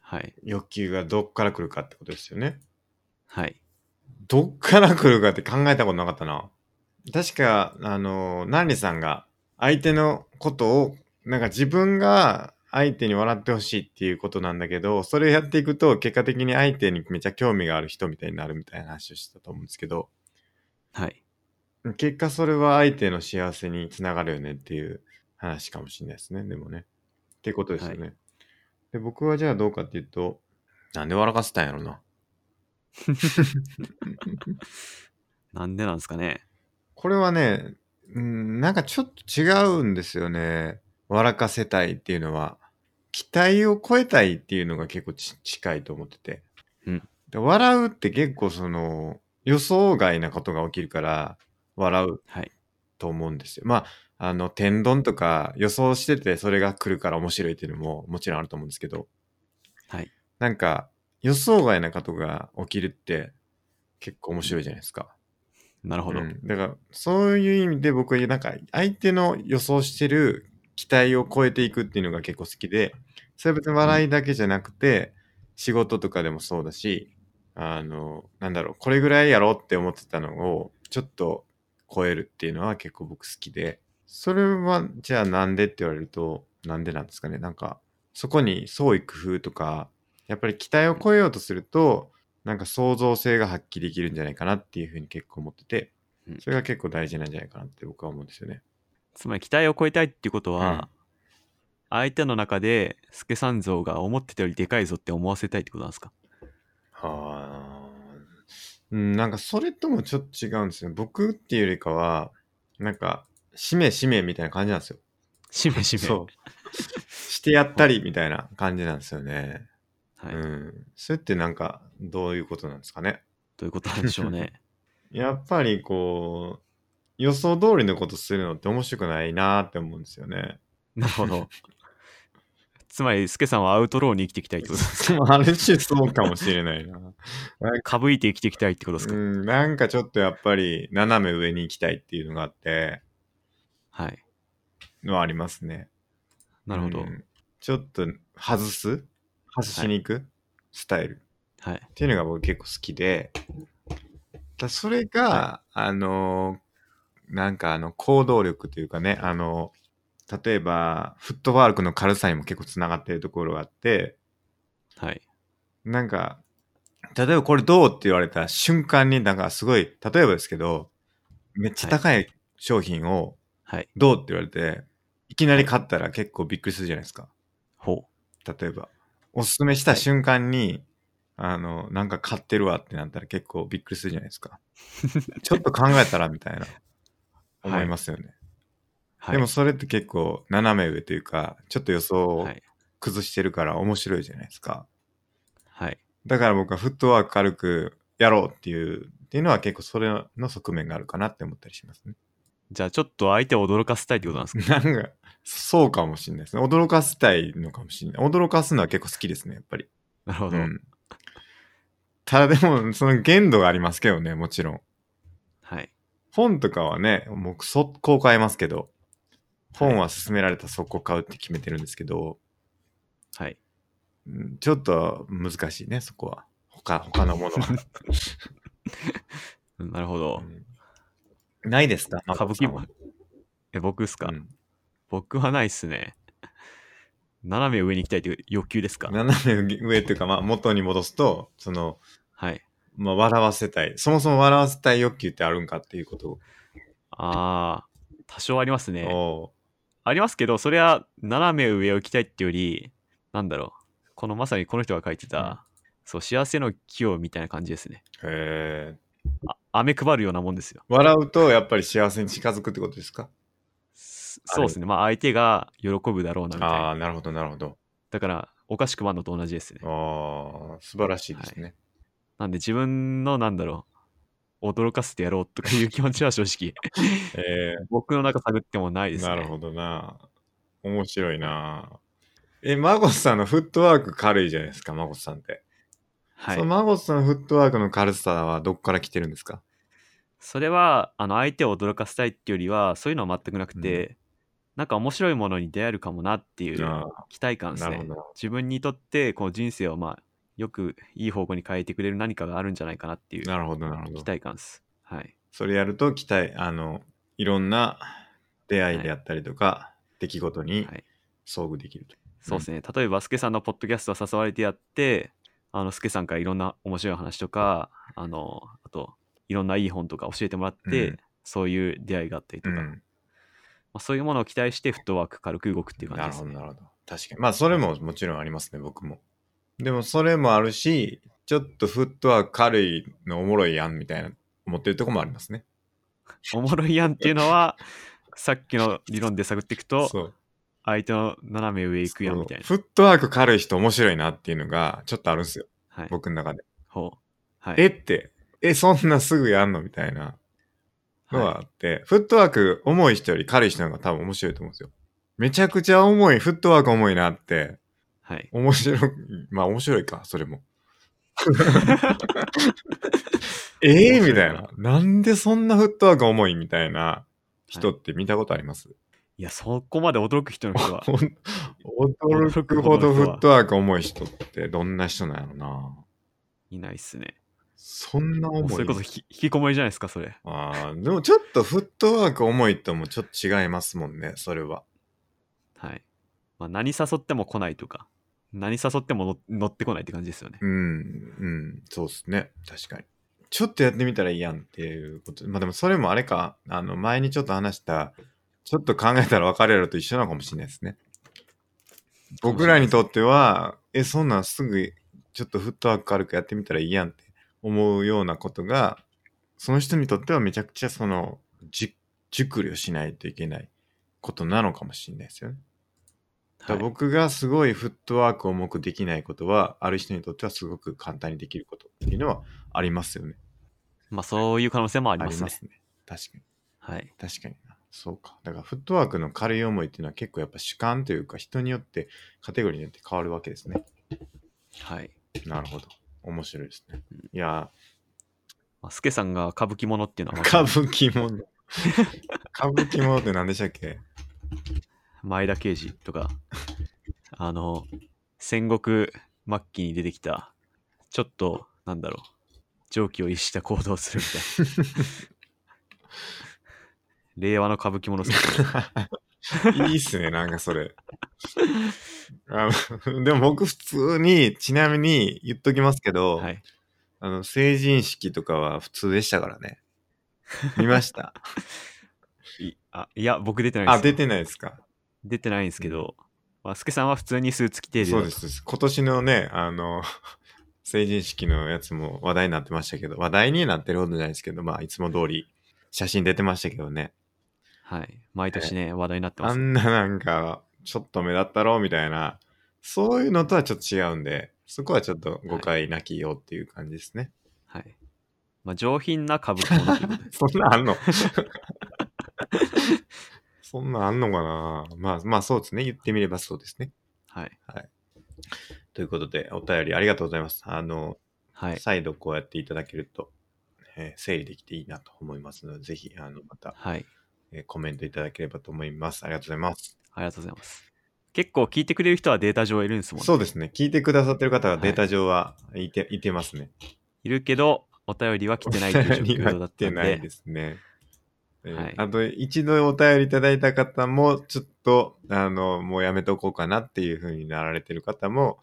S2: はい。
S1: 欲求がどっから来るかってことですよね
S2: はい。
S1: どっから来るかって考えたことなかったな確かあのナンリさんが相手のことをなんか自分が相手に笑ってほしいっていうことなんだけどそれをやっていくと結果的に相手にめちゃ興味がある人みたいになるみたいな話をしてたと思うんですけど
S2: はい。
S1: 結果それは相手の幸せにつながるよねっていう話かもしれないですね。でもね。ってことですよね。で、僕はじゃあどうかっていうと、なんで笑かせたんやろな。
S2: なんでなんですかね。
S1: これはね、うん、なんかちょっと違うんですよね。笑かせたいっていうのは。期待を超えたいっていうのが結構ち近いと思ってて。
S2: うん
S1: で笑うって結構その予想外なことが起きるから笑う
S2: はい。
S1: と思うんですよ。まあ、あの、天丼とか予想しててそれが来るから面白いっていうのももちろんあると思うんですけど、
S2: はい。
S1: なんか予想外なことが起きるって結構面白いじゃないですか。
S2: なるほど。
S1: うんだから、そういう意味で僕はなんか相手の予想してる期待を超えていくっていうのが結構好きで、それは別に笑いだけじゃなくて、仕事とかでもそうだし、あの、なんだろう、これぐらいやろって思ってたのを、ちょっと超えるっていうのは結構僕好きで、それは、じゃあなんでって言われると、なんでなんですかね。なんか、そこに創意工夫とか、やっぱり期待を超えようとすると、なんか創造性が発揮できるんじゃないかなっていうふうに結構思ってて
S2: うん、
S1: それが結構大事なんじゃないかなって僕は思うんですよね。
S2: つまり期待を超えたいっていうことは、
S1: うん
S2: 相手の中で助さん像が思ってたよりでかいぞって思わせたいってことなんで すか
S1: はあ。うん、なんかそれともちょっと違うんですよ。僕っていうよりかは、なんか、しめしめみたいな感じなんですよ。
S2: しめしめ。
S1: そう。 してやったりみたいな感じなんですよね。
S2: はい。
S1: うん。それってなんか、どういうことなんですかね。
S2: ということなんでしょう ね。
S1: やっぱりこう、予想通りのことするのって面白くないなーって思うんですよね。
S2: なるほど。つまり、スケさんはアウトローに生きていきたいってこと ですか
S1: ある種そうかもしれないな。
S2: 株いて生きていきたいってことです
S1: う
S2: か、
S1: ん、なんかちょっとやっぱり斜め上に行きたいっていうのがあって、
S2: はい。
S1: のはありますね。
S2: なるほど。
S1: うんちょっと外す外しに行く、スタイル
S2: はい。
S1: っていうのが僕結構好きで、だそれが、
S2: は
S1: あのー、なんかあの行動力というかね、あのー、例えばフットワークの軽さにも結構つながってるところがあって、
S2: はい。
S1: なんか、例えばこれどうって言われた瞬間になんかすごい、例えばですけど、めっちゃ高い商品を
S2: はい。
S1: どうって言われて、いきなり買ったら結構びっくりするじゃないですか。
S2: ほ
S1: 例えば。おすすめした瞬間に、あの、なんか買ってるわってなったら結構びっくりするじゃないです か。ちょっと考えたらみたいな、思いますよね。
S2: う。はい。
S1: でもそれって結構斜め上というか、ちょっと予想を
S2: はい。
S1: 崩してるから面白いじゃないですか。
S2: はい。
S1: だから僕はフットワーク軽くやろうっていう、っていうのは結構それの側面があるかなって思ったりしますね。
S2: じゃあ、ちょっと相手を驚かせたいってことなんですか
S1: なんか、そうかもしれないですね。驚かせたいのかもしれない。驚かすのは結構好きですね、やっぱり。
S2: なるほ
S1: う
S2: ど。
S1: ん。ただでも、その限度がありますけどね、もちろん。
S2: はい。
S1: 本とかはね、もう速攻買いますけど、本は勧められたら速攻買うって決めてるんですけど、
S2: はい。
S1: うんちょっと難しいね、そこは。他、他のものは。
S2: うんなるほど。
S1: うんないですか
S2: 歌舞伎も。え、僕っすか、
S1: うん
S2: 僕はないっすね。 斜め上に行きたいという欲求ですか
S1: 斜め上というか、まあ、元に戻すと、その、
S2: はい。
S1: まあ、笑わせたい。そもそも笑わせたい欲求ってあるんかっていうこと
S2: ああ、多少ありますね。
S1: を、
S2: ありますけど、それは斜め上を行きたいってより、なんだろう。このまさにこの人が書いてた、
S1: うん
S2: そう、幸せの器用みたいな感じですね。
S1: へえ。
S2: あ飴配るようなもんですよ。
S1: 笑うと、やっぱり幸せに近づくってことですか
S2: そそうですね。まあ相手が喜ぶだろうなみたい
S1: あ
S2: な。
S1: あ、なるほど、なるほど。
S2: だから、おかしくまんのと同じですね。
S1: ああ、素晴らしいですね。
S2: なんで自分のなんだろう、驚かせてやろうとかいう気持ちは正直、
S1: え
S2: 僕の中探ってもないで
S1: ー
S2: すね。
S1: なるほどな。面白いな。え、マゴスさんのフットワーク軽いじゃないですか、マゴスさんって。
S2: はい
S1: その。マゴスさんのフットワークの軽さはどこから来てるんですか
S2: それは、あの、相手を驚かせたいっていうよりは、そういうのは全くなくて、なんか面白いものに出会えるかもなっていう
S1: あ
S2: 期待感です
S1: なるほ
S2: ね。
S1: ど。
S2: 自分にとって、こう人生をまあ、よくいい方向に変えてくれる何かがあるんじゃないかなっていう
S1: なるほど、なるほ
S2: 期
S1: ど。
S2: 待感です。はい。
S1: それやると期待、あの、いろんな出会いであったりとか、出来事に
S2: はい
S1: 遭遇できると。
S2: そうですね、例えば、スケさんのポッドキャストを誘われてやって、あの、スケさんからいろんな面白い話とか、あの、あと、いろんないい本とか教えてもらって、
S1: うん
S2: そういう出会いがあったりと
S1: う
S2: か、ま
S1: ん、
S2: あ、そういうものを期待して、フットワーク軽く動くっていう
S1: な
S2: 感
S1: る
S2: じ
S1: ほど、
S2: です、ね。
S1: なるほど。確かに。まあ、それももちろんありますね、僕も。でも、それもあるし、ちょっとフットワーク軽いのおもろいやんみたいな、思ってるとこもありますね。
S2: おもろいやんっていうの は、さっきの理論で探っていくと、
S1: そう。
S2: 相手の斜め上行くやんみたいな。
S1: そうフットワーク軽い人面白いなっていうのが、ちょっとあるんですよ、
S2: はい。
S1: 僕の中で。
S2: ほう。はい。
S1: えって、え、そんなすぐやんのみたいなの
S2: は
S1: はあって、フットワーク重い人より軽い人の方が多分面白いと思うんですよ。めちゃくちゃ重い、フットワーク重いなって、
S2: い。はい。
S1: 面白い、 まあ面白いか、それ も。ええ
S2: 面白いな
S1: みたいな。なんでそんなフットワーク重いみたいな人って見たことあります、、
S2: いや、そこまで驚く人の人は
S1: ほん驚くほどフットワーク重い人ってどんな人なんやろな。
S2: いないっすね。
S1: そんな
S2: もう
S1: 重い。
S2: それこそひ引きこもりじゃないですか、それ。
S1: ああ、でもちょっとフットワーク重いともちょっと違いますもんね、それは。
S2: はい。まあ、何誘っても来ないとか、何誘ってもの乗ってこないって感じですよね。
S1: うん、うん、そうっすね。確かに。ちょっとやってみたらいいやんっていうこと。まあでもそれもあれか、あの、前にちょっと話した、ちょっと考えたら別れると一緒なのかもしれないですね。僕らにとっては、え、そんなんすぐ、ちょっとフットワーク軽くやってみたらいいやんって思うようなことが、その人にとってはめちゃくちゃその、じ熟慮しないといけないことなのかもしれないですよね。
S2: はい、
S1: 僕がすごいフットワークを重くできないことはある人にとってはすごく簡単にできることっていうのはありますよね。
S2: まあ、そういう可能性もあ
S1: あ
S2: りますね。
S1: 確かに
S2: はい。
S1: 確かになそうかだからフットワークの軽い思いっていうのは結構やっぱ主観というか人によってカテゴリーによって変わるわけですね。
S2: はい。
S1: なるほど面白いですね。いや
S2: まあ、スケさんが歌舞伎者っていうの
S1: ー
S2: は、
S1: 歌舞伎もの 歌舞伎ものって何でしたっけ
S2: 前田慶次とか、 あの、戦国末期に出てきた、ちょっと、なんだろう、常軌を逸した行動をするみたいな。 令和の歌舞伎者っすね
S1: いいっすね、なんかそれ。あのでも僕普通に、ちなみに言っときますけど、
S2: はい。
S1: あの成人式とかは普通でしたからね。見ました。
S2: いあいや、僕出てないです。
S1: あ、出てないですか。
S2: 出てないんですけど、まあ、スケさんは普通にスーツ着てる
S1: そうですそうです。今年のね、あの、 成人式のやつも話題になってましたけど、話題になってるほどじゃないですけど、まあ、いつも通り写真出てましたけどね。
S2: はい。毎年ね、話題になってま
S1: あ
S2: す。
S1: んななんか、ちょっと目立ったろ、みたいな、そういうのとはちょっと違うんで、そこはちょっと誤解なきようっていう感じですね。
S2: はい。まあ、上品な株ということで
S1: そんなんあんの そんなんあんのかなまあまあそうですね。言ってみればそうですね。
S2: はい。
S1: ということで、お便りありがとうございます。あの、
S2: はい。
S1: 再度こうやっていただけると、えー整理できていいなと思いますので、ぜひ、あの、また、
S2: はい。
S1: えーコメントいただければと思います。ありがとうございます。
S2: ありがとうございます。結構聞いてくれる人はデータ上いるんですもんね。
S1: そうですね。聞いてくださってる方がデータ上はいて、い、てますね。
S2: いるけど、お便りは来てないと いう状況だ
S1: は
S2: っ
S1: 来て
S2: たん
S1: ない
S2: で
S1: で、すね。えー
S2: はい
S1: あと、一度お便りいただいた方も、ちょっと、あの、もうやめとこうかなっていうふうになられてる方も、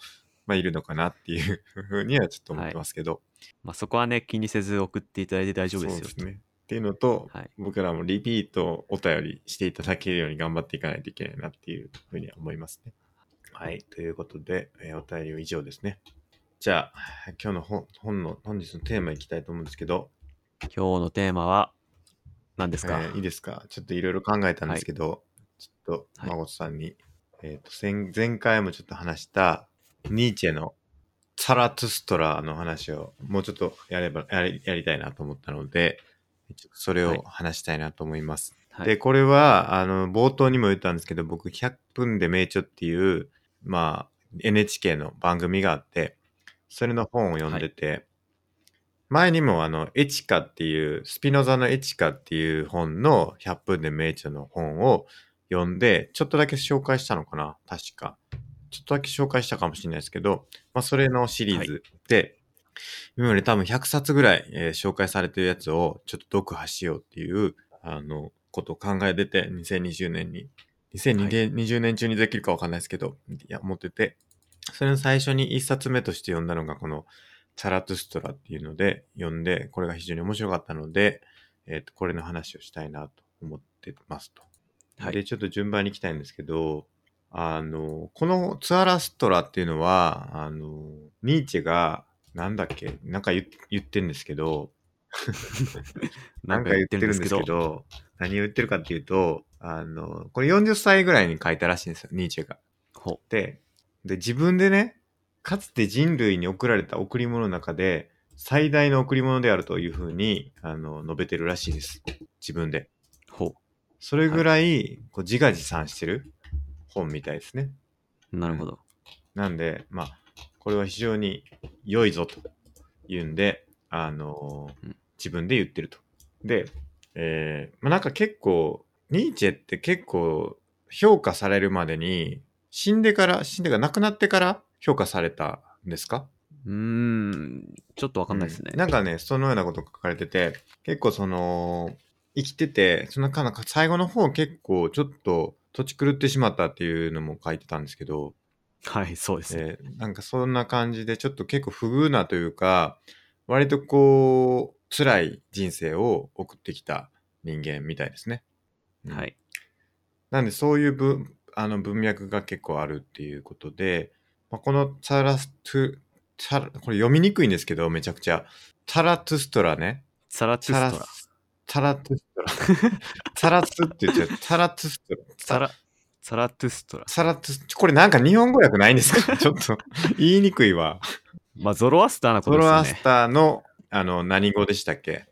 S1: まあ、いるのかなっていうふうにはちょっと思ってますけど、
S2: まあ、そこはね、気にせず送っていただいて大丈夫ですよ。
S1: そうですね。っていうのと、
S2: はい。
S1: 僕らもリピートお便りしていただけるように頑張っていかないといけないなっていうふうには思いますね。はい。ということで、えーお便りは以上ですね。じゃあ、今日の本本の、本日のテーマいきたいと思うんですけど、
S2: 今日のテーマは、何ですか、
S1: えーいいですかちょっといろいろ考えたんですけど、ちょっと、
S2: はい
S1: 孫さんに、えっ、と先、前回もちょっと話した、ニーチェのサラトゥストラの話をもうちょっとやれば、やりやりたいなと思ったので、ちょっとそれ
S2: はい
S1: を話したいなと思います。
S2: はい
S1: で、これは、あの、冒頭にも言ったんですけど、僕、100分で名著っていう、まあ、NHK の番組があって、それの本を読んでて、前にも、あの、エチカっていう、スピノザのエチカっていう本の100分で名著の本を読んで、ちょっとだけ紹介したのかな確か。ちょっとだけ紹介したかもしれないですけど、まあ、それのシリーズで、今まで多分100冊ぐらい、えー紹介されてるやつをちょっと読破しようっていう、あの、ことを考えてて、2020年に。2020年中にできるかわかんないですけど、いや、思ってて、それの最初に1冊目として読んだのが、この、チャラトゥストラっていうので読んで、これが非常に面白かったので、えっ、と、これの話をしたいなと思ってますと。
S2: はい
S1: で、ちょっと順番に行きたいんですけど、あの、このツアラストラっていうのは、あの、ニーチェが、なんだっけ、なんか言って言ってんですけど、なんか言ってるんですけ。ど、何を言ってるかっていうと、あの、これ40歳ぐらいに書いたらしいんですよ、ニーチェが。
S2: ほ
S1: で、で、自分でね、かつて人類に贈られた贈り物の中で、最大の贈り物であるというふうに、あの、述べてるらしいです。自分で。
S2: ほ
S1: それぐらい、こう、自画自賛してる本みたいですね。
S2: う。なるほど。
S1: なんで、まあ、これは非常に良いぞと言うんで、あのー
S2: うん
S1: 自分で言ってると。で、えーまあ、なんか結構、ニーチェって結構評価されるまでに、死んでから、死んでから亡くなってから評価されたんですか
S2: うーん、ちょっとわかんないですね。
S1: うんなんかね、そのようなことが書かれてて、結構その、生きてて、そのかなんか最後の方結構ちょっと土地狂ってしまったっていうのも書いてたんですけど、
S2: はい、そうですね。
S1: えーなんかそんな感じでちょっと結構不遇なというか割とこう辛い人生を送ってきた人間みたいですね。うん
S2: はい。
S1: なんでそういう文あの文脈が結構あるっていうことで、まあ、このチャラストゥチャラこれ読みにくいんですけどめちゃくちゃチャラトゥストラね
S2: サラ
S1: チ
S2: チ
S1: ャ
S2: ュ
S1: ラ
S2: ストラ。
S1: チャラトゥス トラチャラスって言っちゃうチャラトゥストラ
S2: サラ、サラトゥストラ。
S1: サラトゥスこれなんか日本語訳ないんですか ちょっと言いにくいわ。
S2: まあ、ゾロアスターな
S1: ゾ
S2: ことで
S1: ロ
S2: すよ
S1: アス
S2: ね。
S1: ターの、あの、何語でしたっけ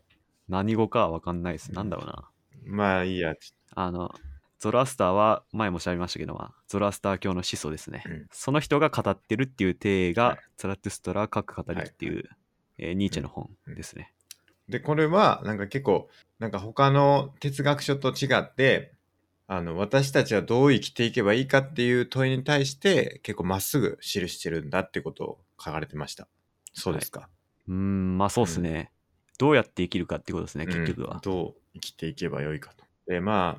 S2: 何語かはわかんないです。
S1: うん
S2: なんだろうな。
S1: まあいいや。
S2: あの、ゾロアスターは前も喋りましたけど、まあ、ゾロアスター教の思想ですね。
S1: うん
S2: その人が語ってるっていう体
S1: は
S2: が
S1: い、
S2: サラトゥストラ各語りっていう、
S1: は
S2: えーニーチェの本ですね。
S1: で、これは、なんか結構、なんか他の哲学書と違って、あの、私たちはどう生きていけばいいかっていう問いに対して、結構まっすぐ記してるんだってことを書かれてました。そうですか。
S2: うーん、まあそうですね、どうやって生きるかってことですね、結局
S1: うん
S2: は。
S1: どう生きていけばよいかと。で、ま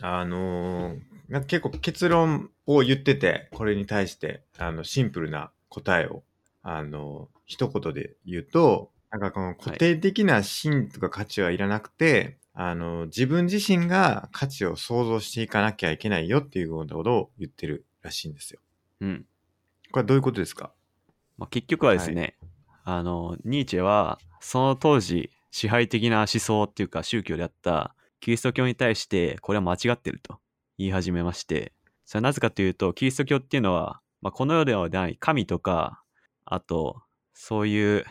S1: あ、あのーなんか結構結論を言ってて、これに対して、あの、シンプルな答えを、あの一言で言うと、なんかこの固定的な芯とか価値はいらなくて、あの、自分自身が価値を創造していかなきゃいけないよっていうことを言ってるらしいんですよ。
S2: うん。
S1: これはどういうことですか
S2: まあ、結局はですね、あの、ニーチェは、その当時、支配的な思想っていうか宗教であったキリスト教に対して、これは間違ってると言い始めまして、それはなぜかというと、キリスト教っていうのは、まあ、この世ではない神とか、あと、そういう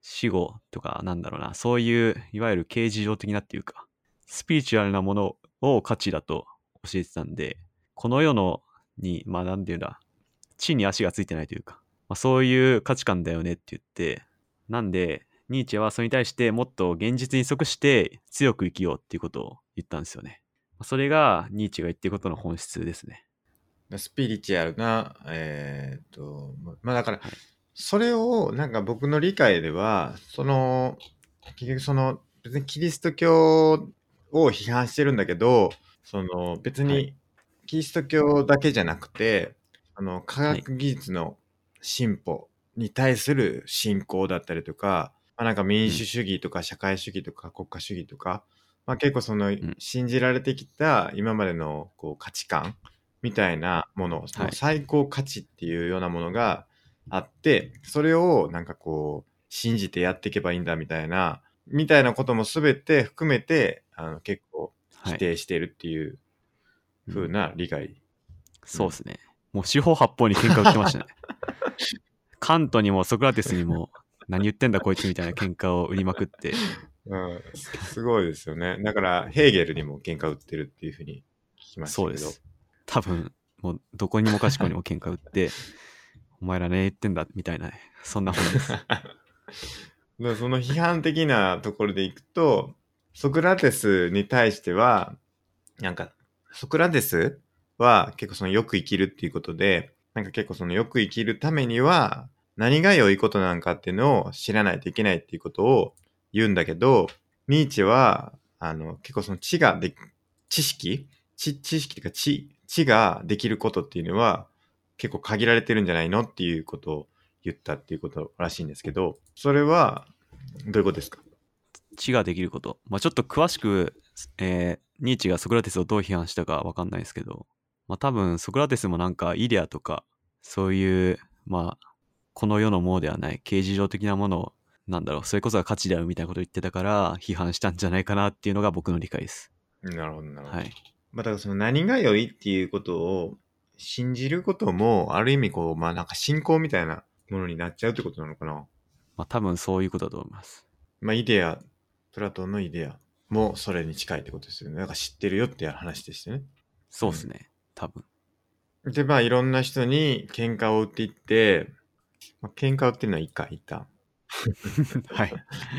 S2: 死後とか、なんだろうな、そういう、いわゆる形事上的なっていうか、スピリチュアルなものを価値だと教えてたんで、この世のに、まあ、なんていうんだ、地に足がついてないというか、まあ、そういう価値観だよねって言ってなんでニーチェはそれに対してもっと現実に即して強く生きようっていうことを言ったんですよねまあそれがニーチェが言ってることの本質ですね
S1: スピリチュアルな、えーっと、まあだから、それをなんか僕の理解では、その、結局その、別にキリスト教を批判してるんだけど、その別
S2: は
S1: に
S2: い
S1: キリスト教だけじゃなくて、あの、科学技術の進歩に対する信仰だったりとか、まあ、なんか民主主義とか社会主義とか国家主義とか、まあ、結構その
S2: ん
S1: 信じられてきた今までのこう価値観みたいなもの、その最高価値っていうようなものがあって、それをなんかこう信じてやっていけばいいんだみたいな、みたいなことも全て含めて、あの結構
S2: は
S1: 否
S2: い
S1: 定してるっていう風な理解。
S2: そうですねもう四方八方に喧嘩売って ましたねカントにもソクラテスにも何言ってんだこいつみたいな喧嘩を売りまくって
S1: うん、すごいですよね。だから、ヘーゲルにも喧嘩売ってるっていうふうに聞きましたけ
S2: そ
S1: ど。
S2: うです。多分、もうどこにもかしこにも喧嘩売って、お前らね言ってんだみたいな、ね、そんな本 です。
S1: だからその批判的なところでいくと、ソクラテスに対しては、なんか、ソクラテスは結構そのよく生きるっていうことで、なんか結構そのよく生きるためには、何が良いことなのかっていうのを知らないといけないっていうことを言うんだけど、ニーチェは、あの、結構その知がで、知識知、知識っていうか知、知ができることっていうのは、結構限られてるんじゃないのっていうことを言ったっていうことらしいんですけど、それはどういうことですか
S2: 知ができること。まあちょっと詳しく、えーニーチェがソクラテスをどう批判したかわかんないですけど、まあ多分ソクラテスもなんかイデアとか、そういう、まあ、この世のものではない、形事上的なものを、なんだろう、それこそが価値であるみたいなことを言ってたから、批判したんじゃないかなっていうのが僕の理解です。
S1: なるほど、なるほど。
S2: はい。
S1: まあ、だからその何が良いっていうことを信じることも、ある意味こう、まあなんか信仰みたいなものになっちゃうってことなのかな。
S2: まあ多分そういうことだと思います。
S1: まあイデア、プラトンのイデアもそれに近いってことですよね。なんか知ってるよって話でしてね。
S2: そうですね。多分。
S1: で、まあいろんな人に喧嘩を売っていって、まあ、喧嘩を売ってるのはいいか、一旦。
S2: はい。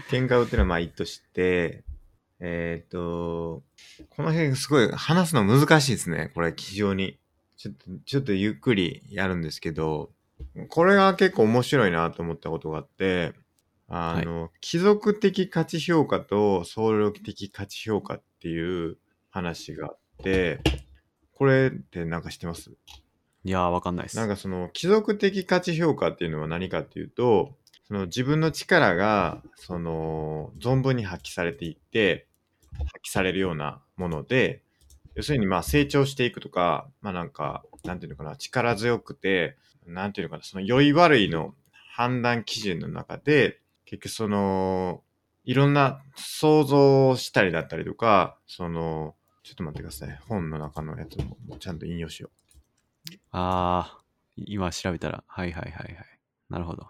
S1: 喧嘩を売ってるのはまあいいとして、えーっ、と、この辺すごい話すの難しいですね。これ非常に。ちょっと、ちょっとゆっくりやるんですけど、これが結構面白いなと思ったことがあって、あの、貴族的価値評価と総力的価値評価っていう話があって、これってなんか知ってます
S2: いやー、わかんないです。
S1: なんかその貴族的価値評価っていうのは何かっていうとその自分の力がその存分に発揮されていって発揮されるようなもので要するにまあ成長していくとかまあなんかなんていうのかな力強くてなんていうのかなその良い悪いの判断基準の中で結局そのいろんな想像をしたりだったりとかそのちょっと待ってください本の中のやつもちゃんと引用しよう
S2: ああ、今調べたら、はいはいはいはい。なるほど。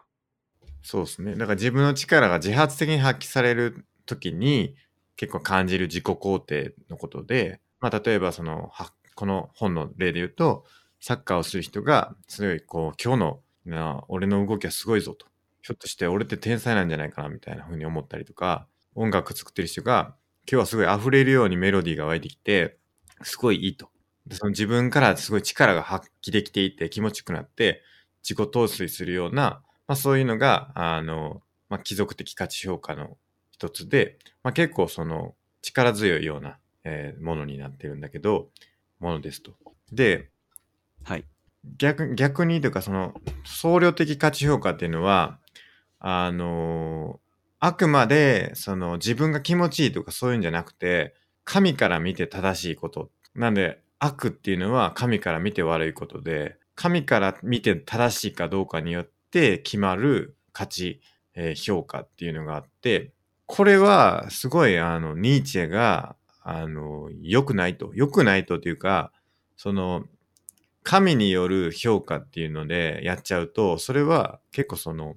S1: そうですね。だから自分の力が自発的に発揮されるときに結構感じる自己肯定のことで、まあ例えばその、はこの本の例で言うと、サッカーをする人がすごいこう、今日のな俺の動きはすごいぞと。ひょっとして俺って天才なんじゃないかなみたいな風に思ったりとか、音楽作ってる人が今日はすごい溢れるようにメロディーが湧いてきて、すごいいいと。でその自分からすごい力が発揮できていて気持ちよくなって自己陶酔するようなまあ、そういうのが、あの、まあ、貴族的価値評価の一つで、まあ、結構その力強いような、えーものになってるんだけど、ものですと。で、
S2: はい。
S1: 逆逆にというかその総量的価値評価っていうのはあのあくまで、その自分が気持ちいいとかそういうんじゃなくて、神から見て正しいこと。なんで、悪っていうのは神から見て悪いことで、神から見て正しいかどうかによって決まる価値、えー評価っていうのがあって、これはすごいあの、ニーチェが、あの、良くないと。良くないとというか、その、神による評価っていうのでやっちゃうと、それは結構その、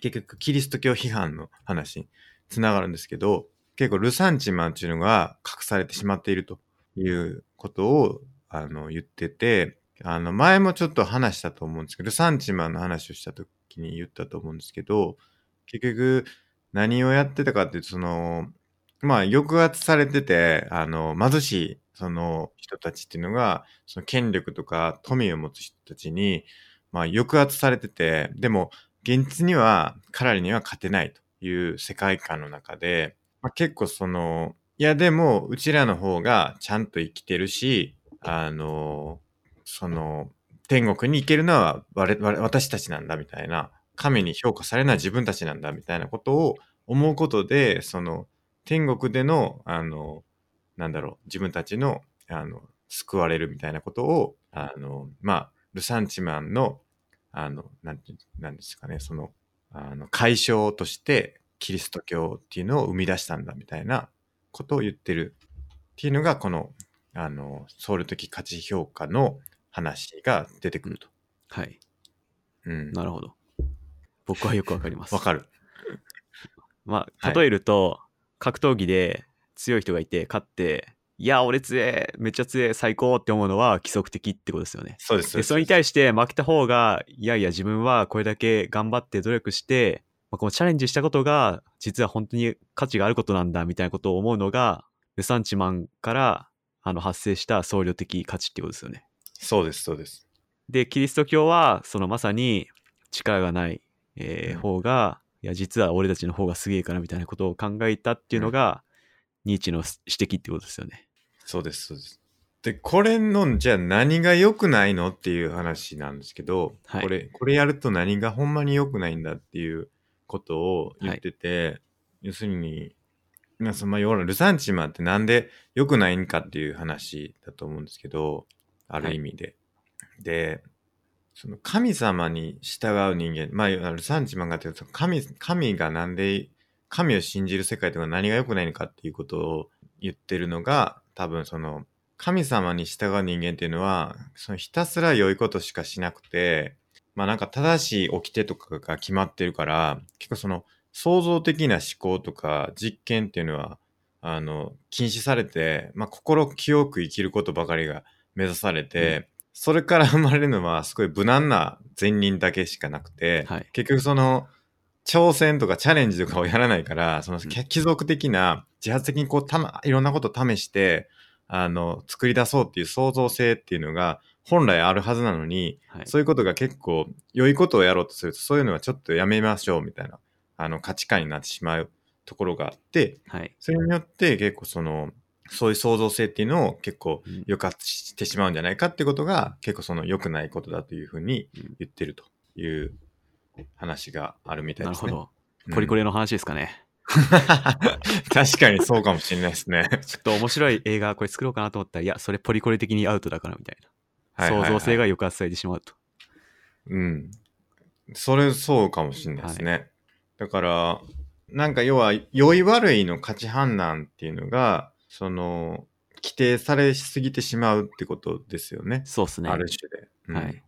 S1: 結局キリスト教批判の話につながるんですけど、結構ルサンチマンっていうのが隠されてしまっているということを、あの、言ってて、あの、前もちょっと話したと思うんですけど、ルサンチマンの話をした時に言ったと思うんですけど、結局何をやってたかっていうと、その、まあ、抑圧されてて、あの、貧しい、その人たちっていうのが、その権力とか富を持つ人たちに、まあ、抑圧されてて、でも、現実には彼らには勝てないという世界観の中で、まあ、結構その、いやでも、うちらの方がちゃんと生きてるし、あの、その、天国に行けるのは我々私たちなんだみたいな、神に評価されない自分たちなんだみたいなことを思うことで、その、天国での、あの、なんだろう、自分たちの、あの、救われるみたいなことを、あの、まあ、ルサンチマンの、あの、なんて、なんですかね、その、あの、解消として、キリスト教っていうのを生み出したんだみたいなことを言ってるっていうのが、この、あの、ソウル的価値評価の話が出てくると。
S2: はい。
S1: うん。
S2: なるほど。僕はよくわかります。
S1: わかる。
S2: ま
S1: は
S2: あ、
S1: い
S2: 例えると、格闘技で強い人がいて、勝って、いや、俺強え、めっちゃ強え、最高って思うのは規則的ってことですよね。
S1: そうです。
S2: で、それに対して負けた方が、いやいや、自分はこれだけ頑張って努力して、まあ、このチャレンジしたことが、実は本当に価値があることなんだ、みたいなことを思うのが、ルサンチマンからあの発生した僧侶的価値ってことですよね。
S1: そうです、そうです。
S2: で、キリスト教は、そのまさに力がない、えー
S1: うん
S2: 方が、いや、実は俺たちの方がすげえからみたいなことを考えたっていうのが、ニーチェの指摘ってことですよね。
S1: そうです、そうです。で、これの、じゃあ何が良くないのっていう話なんですけど、
S2: はい
S1: これ、これやると何がほんまに良くないんだっていうことを言ってて、要するに、まあ、その、まあ、要はルサンチマンってなんで良くないんかっていう話だと思うんですけど、ある意味で。で、その神様に従う人間、まあ、要はルサンチマンがっていうと神、神がなんで、神を信じる世界とか何が良くないのかっていうことを言ってるのが多分その神様に従う人間っていうのはそのひたすら良いことしかしなくてまあなんか正しい掟とかが決まってるから結構その創造的な思考とか実験っていうのはあの禁止されて、まあ、心清く生きることばかりが目指されて、それから生まれるのはすごい無難な善人だけしかなくて、
S2: はい
S1: 結局その挑戦とかチャレンジとかをやらないから、その
S2: うん
S1: 貴族的な自発的にこうた、ま、いろんなことを試して、あの、作り出そうっていう創造性っていうのが本来あるはずなのに、
S2: はい。
S1: そういうことが結構良いことをやろうとすると、そういうのはちょっとやめましょうみたいな、あの価値観になってしまうところがあって、
S2: はい。
S1: それによって結構その、そういう創造性っていうのを結構
S2: うん
S1: 抑圧してしまうんじゃないかってことが結構その良くないことだというふうに言ってるという話があるみたい
S2: な
S1: で
S2: る
S1: す
S2: ほ
S1: ね。
S2: ど。
S1: うん
S2: ポリコレの話ですかね。
S1: 確かにそうかもしれない ですね。
S2: ちょっと面白い映画これ作ろうかなと思ったら、いや、それポリコレ的にアウトだからみたいな。
S1: はいはいはい
S2: 創造性が抑圧されてしまうと。
S1: うん。それそうかもしれないですね。だから、なんか要は、良い悪いの価値判断っていうのが、その、規定されすぎてしまうってことですよね。
S2: そうっすね。
S1: ある種で。うん
S2: はい。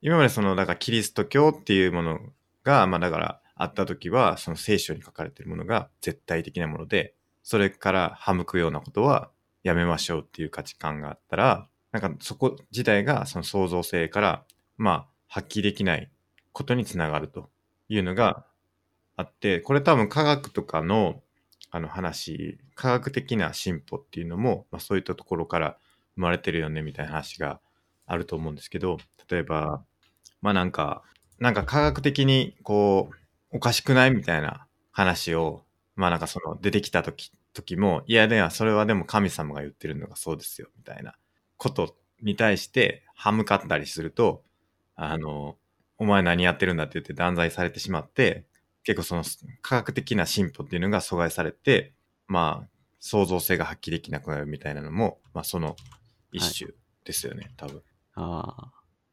S1: 今までその、だからキリスト教っていうものが、まあだから、あった時は、その聖書に書かれているものが絶対的なもので、それから歯向くようなことはやめましょうっていう価値観があったら、なんかそこ自体がその創造性から、まあ、発揮できないことにつながるというのがあって、これ多分科学とかの、あの話、科学的な進歩っていうのも、まあそういったところから生まれてるよねみたいな話があると思うんですけど、例えば、まあなんか、なんか科学的にこう、おかしくないみたいな話を、まあなんかその出てきた時、時も、いやではそれはでも神様が言ってるのがそうですよみたいなことに対して歯向かったりすると、あの、お前何やってるんだって言って断罪されてしまって、結構その科学的な進歩っていうのが阻害されて、まあ、創造性が発揮できなくなるみたいなのも、まあ、その一種ですよね、多分。
S2: ああ、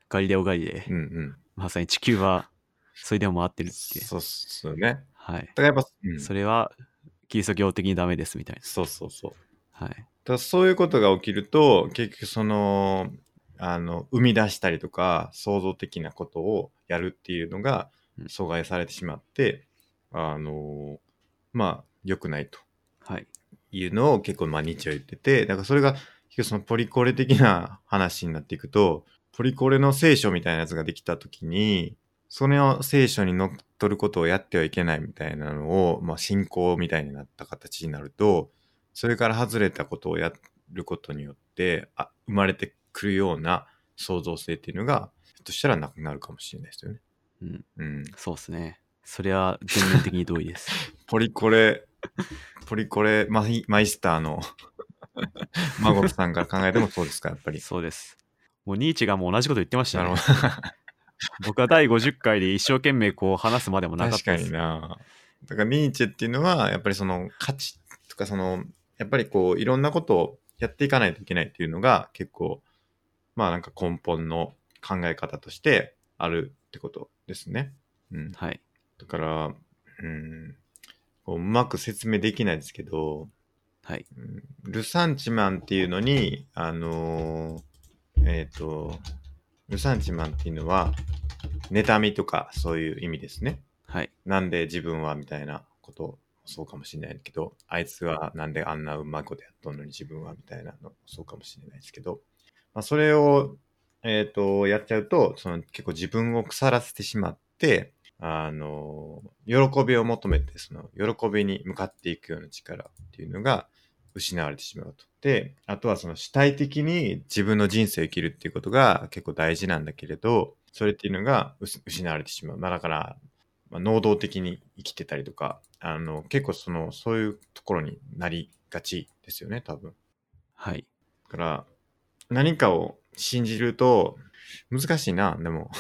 S2: ガリレオ・ガリレイ
S1: うんうん。
S2: まさに地球は、それでも回ってるって。
S1: そうっすよね。
S2: はい
S1: だ。からやっぱ、うん、
S2: それは、キリスト教的にダメですみたい
S1: そうそうそう。
S2: な。は
S1: だ
S2: い。
S1: からそういうことが起きると結局そのあの生み出したりとか創造的なことをやるっていうのが
S2: うん
S1: 阻害されてしまって、あのまあ良くないと
S2: はい。
S1: いうのを結構まあ日は言っててだからそれが結局そのポリコレ的な話になっていくとポリコレの聖書みたいなやつができた時にそれを聖書にのっとることをやってはいけないみたいなのを、まあ、信仰みたいになった形になるとそれから外れたことをやることによってあ生まれてくるような創造性っていうのがひょっとしたらなくなるかもしれないですよね。
S2: うん。
S1: うん、
S2: そうですね。それは全面的に同意 です。
S1: ポリコレ、ポリコレマイマイスターの孫さんから考えてもそうですか、やっぱり。
S2: そうです。もうニーチェがもう同じこと言ってました
S1: な
S2: ね
S1: る。ほ
S2: 僕は第50回で一生懸命こう話すまでもな
S1: ど。
S2: かっ
S1: 確
S2: た
S1: か
S2: です。
S1: にな。だからニーチェっていうのは、やっぱりその価値とか、その、やっぱりこう、いろんなことをやっていかないといけないっていうのが、結構、まあなんか根本の考え方としてあるってことですね。うん。
S2: はい。
S1: だから、うん、こううまく説明できないですけど、
S2: はい。
S1: うんルサンチマンっていうのに、あのーえっ、と、ルサンチマンっていうのは、妬みとかそういう意味ですね。
S2: はい。
S1: なんで自分はみたいなこともそうかもしれないけど、あいつはなんであんなうまいことやっとんのに自分はみたいなのそうかもしれないですけど、まあ、それを、えっ、と、やっちゃうと、その結構自分を腐らせてしまって、あの、喜びを求めて、その喜びに向かっていくような力っていうのが失われてしまうと。で、あとはその主体的に自分の人生を生きるっていうことが結構大事なんだけれど、それっていうのがうす失われてしまう。まあだから、まあ、能動的に生きてたりとか、あの、結構その、そういうところになりがちですよね、多分。
S2: はい。
S1: だから、何かを信じると、難しいな、で も。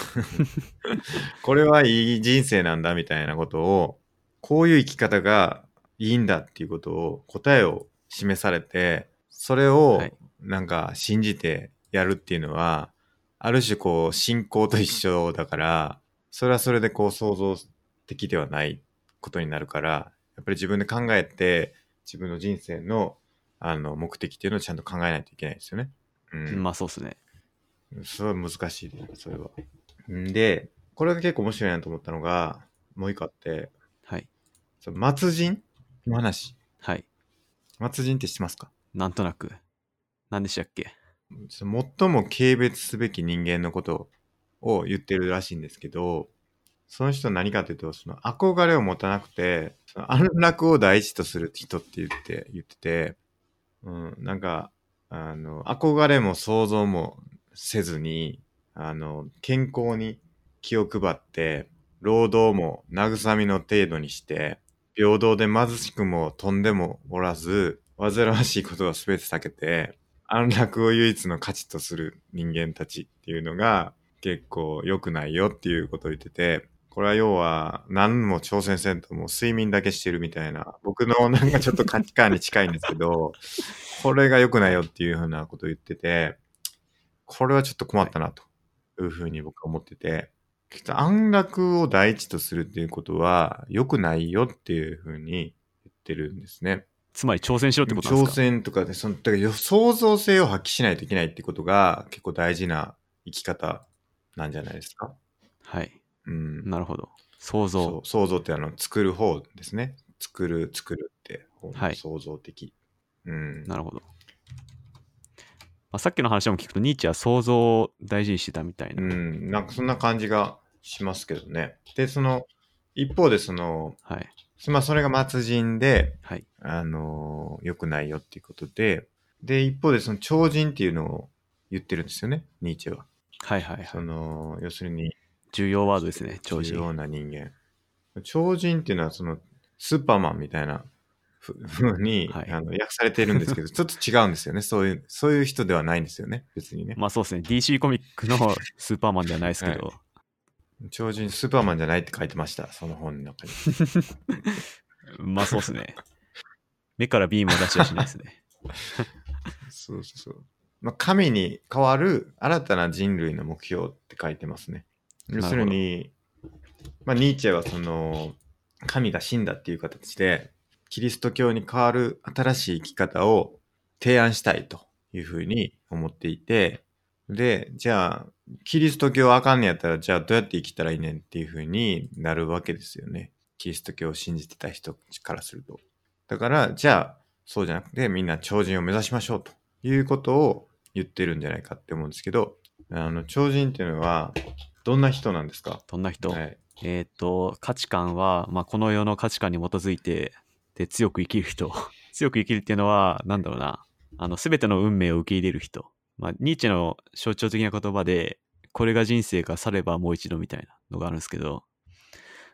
S1: これはいい人生なんだ、みたいなことを、こういう生き方がいいんだっていうことを、答えを示されて、それを
S2: はい、
S1: なんか信じてやるっていうのは、ある種こう、信仰と一緒だから、それはそれでこう、想像的ではないことになるから、やっぱり自分で考えて、自分の人生のあの目的っていうのをちゃんと考えないといけないですよね。うん。
S2: まあそうですね。
S1: すごい難しいです、それは。んで、これが結構面白いなと思ったのが、もう一個あって、
S2: はい。
S1: その末人の話。
S2: はい。
S1: 末人って知ってますか
S2: なんとなく。何でしたっけ
S1: その最も軽蔑すべき人間のことを言ってるらしいんですけど、その人は何かというと、その憧れを持たなくて、その安楽を第一とする人って言って、言ってて、うん、なんか、あの、憧れも想像もせずに、あの、健康に気を配って、労働も慰みの程度にして、平等で貧しくもとんでもおらず、煩わしいことは全て避けて、安楽を唯一の価値とする人間たちっていうのが結構良くないよっていうことを言ってて、これは要は何も挑戦せんともう睡眠だけしてるみたいな、僕のなんかちょっと価値観に近いんですけど、これが良くないよっていうふうなことを言ってて、これはちょっと困ったなというふうに僕は思ってて、きっと安楽を第一とするっていうことは良くないよっていうふうに言ってるんですね。
S2: つまり挑戦しろってことなん
S1: 挑
S2: ですか
S1: 戦とかで、その、だからよ創造性を発揮しないといけないってことが結構大事な生き方なんじゃないですか。
S2: はい。
S1: うん。
S2: なるほど。想
S1: そ
S2: 像。
S1: う創造ってあの、作る方ですね。作る、作るって方の
S2: はい
S1: 創造的。うん。
S2: なるほど。まあ、さっきの話も聞くと、ニーチェは想像を大事にしてたみたいうな。
S1: ん。なんかそんな感じがしますけどね。で、その、一方でその、
S2: はい。
S1: まあそれが末人で、
S2: はい。
S1: あのー良くないよっていうことで、で、一方でその超人っていうのを言ってるんですよね、ニーチェは。
S2: はいはいは
S1: そ
S2: い。
S1: の、要するに、
S2: 重要ワードですね、超
S1: 重
S2: 人。
S1: 要な人間。超人っていうのは、その、スーパーマンみたいなふふうに、
S2: はい
S1: あの訳されてるんです けど、ちょっと違うんですよね。そういう、そういう 人ではないんですよね。別にね。
S2: まあそうですね、DC コミックのスーパーマンではないですけど、
S1: 超人スーパーマンじゃないって書いてました、その本の中に。
S2: まあそうですね。目からビームを出しはしないですね。
S1: そうそうそう。まあ、神に代わる新たな人類の目標って書いてますね。要
S2: るほど
S1: するに、まあ、ニーチェはその神が死んだっていう形で、キリスト教に代わる新しい生き方を提案したいというふうに思っていて、で、じゃあ、キリスト教あかんねやったら、じゃあどうやって生きたらいいねんっていうふうになるわけですよね。キリスト教を信じてた人からすると。だから、じゃあ、そうじゃなくて、みんな超人を目指しましょうということを言ってるんじゃないかって思うんですけど、あの、超人っていうのは、どんな人なんですか
S2: どんな人、
S1: はい。
S2: えっ、と、価値観は、まあ、この世の価値観に基づいて、で、強く生きる人。 強く生きるっていうのは、なんだろうな。あの、すべての運命を受け入れる人。まあ、ニーチェの象徴的な言葉で、これが人生か、去ればもう一度みたいなのがあるんですけど、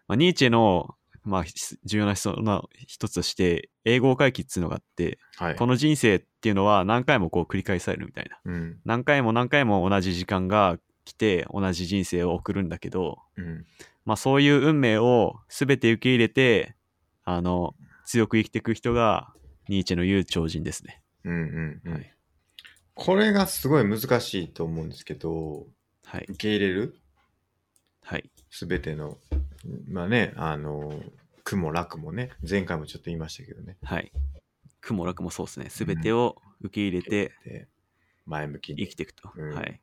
S2: まあ、ニーチェの、まあ、ひ重要な思想の一つとして、英語回帰っていうのがあって、
S1: はい。
S2: この人生っていうのは何回もこう繰り返されるみたいな。
S1: うん。
S2: 何回も何回も同じ時間が来て、同じ人生を送るんだけど、
S1: うん。
S2: まあ、そういう運命を全て受け入れてあの強く生きていく人がニーチェの言う超人ですね。
S1: うんうんうん、
S2: はい
S1: これがすごい難しいと思うんですけど、
S2: はい
S1: 受け入れる
S2: はい
S1: すべての、まあね、あの、苦も楽もね、前回もちょっと言いましたけどね。
S2: はい。苦も楽もそうですね。全てを受け入れて
S1: で前向き
S2: 生
S1: に。
S2: きていくと。
S1: うん
S2: はい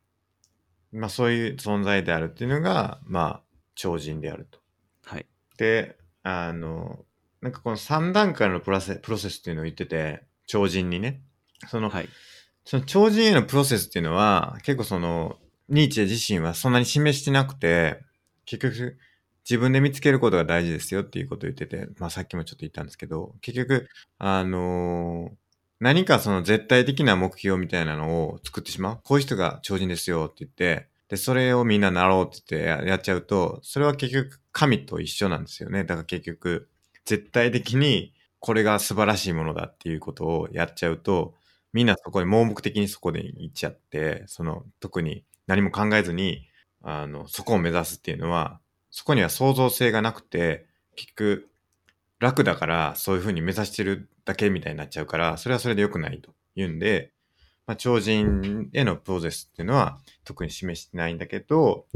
S1: まあそういう存在であるっていうのが、まあ、超人であると。
S2: はい
S1: で、あの、なんかこの3段階のプラセプロセスっていうのを言ってて、超人にね。その、
S2: はい
S1: その超人へのプロセスっていうのは、結構その、ニーチェ自身はそんなに示してなくて、結局、自分で見つけることが大事ですよっていうことを言ってて、まあさっきもちょっと言ったんですけど、結局、あのー何かその絶対的な目標みたいなのを作ってしまう。こういう人が超人ですよって言って、で、それをみんななろうって言ってややっちゃうと、それは結局神と一緒なんですよね。だから結局、絶対的にこれが素晴らしいものだっていうことをやっちゃうと、みんなそこに盲目的にそこで行っちゃって、その特に何も考えずに、あの、そこを目指すっていうのは、そこには創造性がなくて、結局、楽だからそういうふうに目指してるだけみたいになっちゃうから、それはそれで良くないというんで、まあ、超人へのプロセスっていうのは特に示してないんだけど、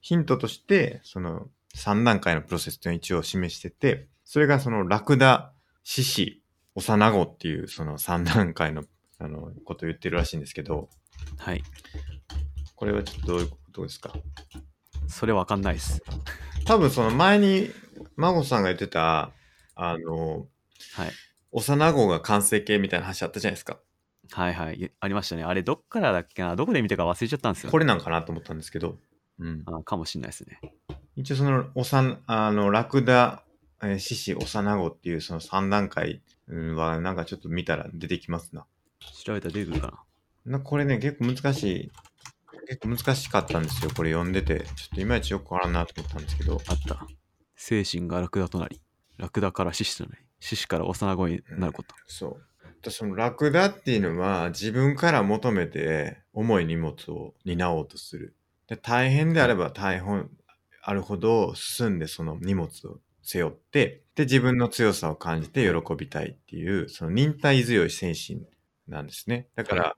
S1: ヒントとして、その3段階のプロセスっていうのを一応示してて、それがそのラクダ、獅子、幼子っていうその3段階のあのことを言ってるらしいんですけど、
S2: はい。
S1: これはちょっとどういうことですか
S2: それわかんないです。
S1: 多分その前に、孫さんが言ってた、あの、
S2: はい
S1: 幼子が完成形みたいな話あったじゃないですか。
S2: はいはいありましたね。あれどっからだっけなどこで見たか忘れちゃったんですよ、
S1: これなんかなと思ったんですけど、うん、
S2: あかもしれないですね。
S1: 一応その、おさん、あの、ラクダ、えー獅子、幼子っていうその3段階うんは、なんかちょっと見たら出てきますな。
S2: 調べたら出てくるかな。
S1: なこれね、結構難しい、結構難しかったんですよ。これ読んでて、ちょっといまいちよくわからんなと思ったんですけど、
S2: あった。精神がラクダとなり、ラクダから獅子となり、獅子から幼子になること。
S1: そう。そのラクダっていうのは自分から求めて重い荷物を担おうとする。で大変であれば大変あるほど進んでその荷物を背負って、で自分の強さを感じて喜びたいっていう、その忍耐強い精神なんですね。だから、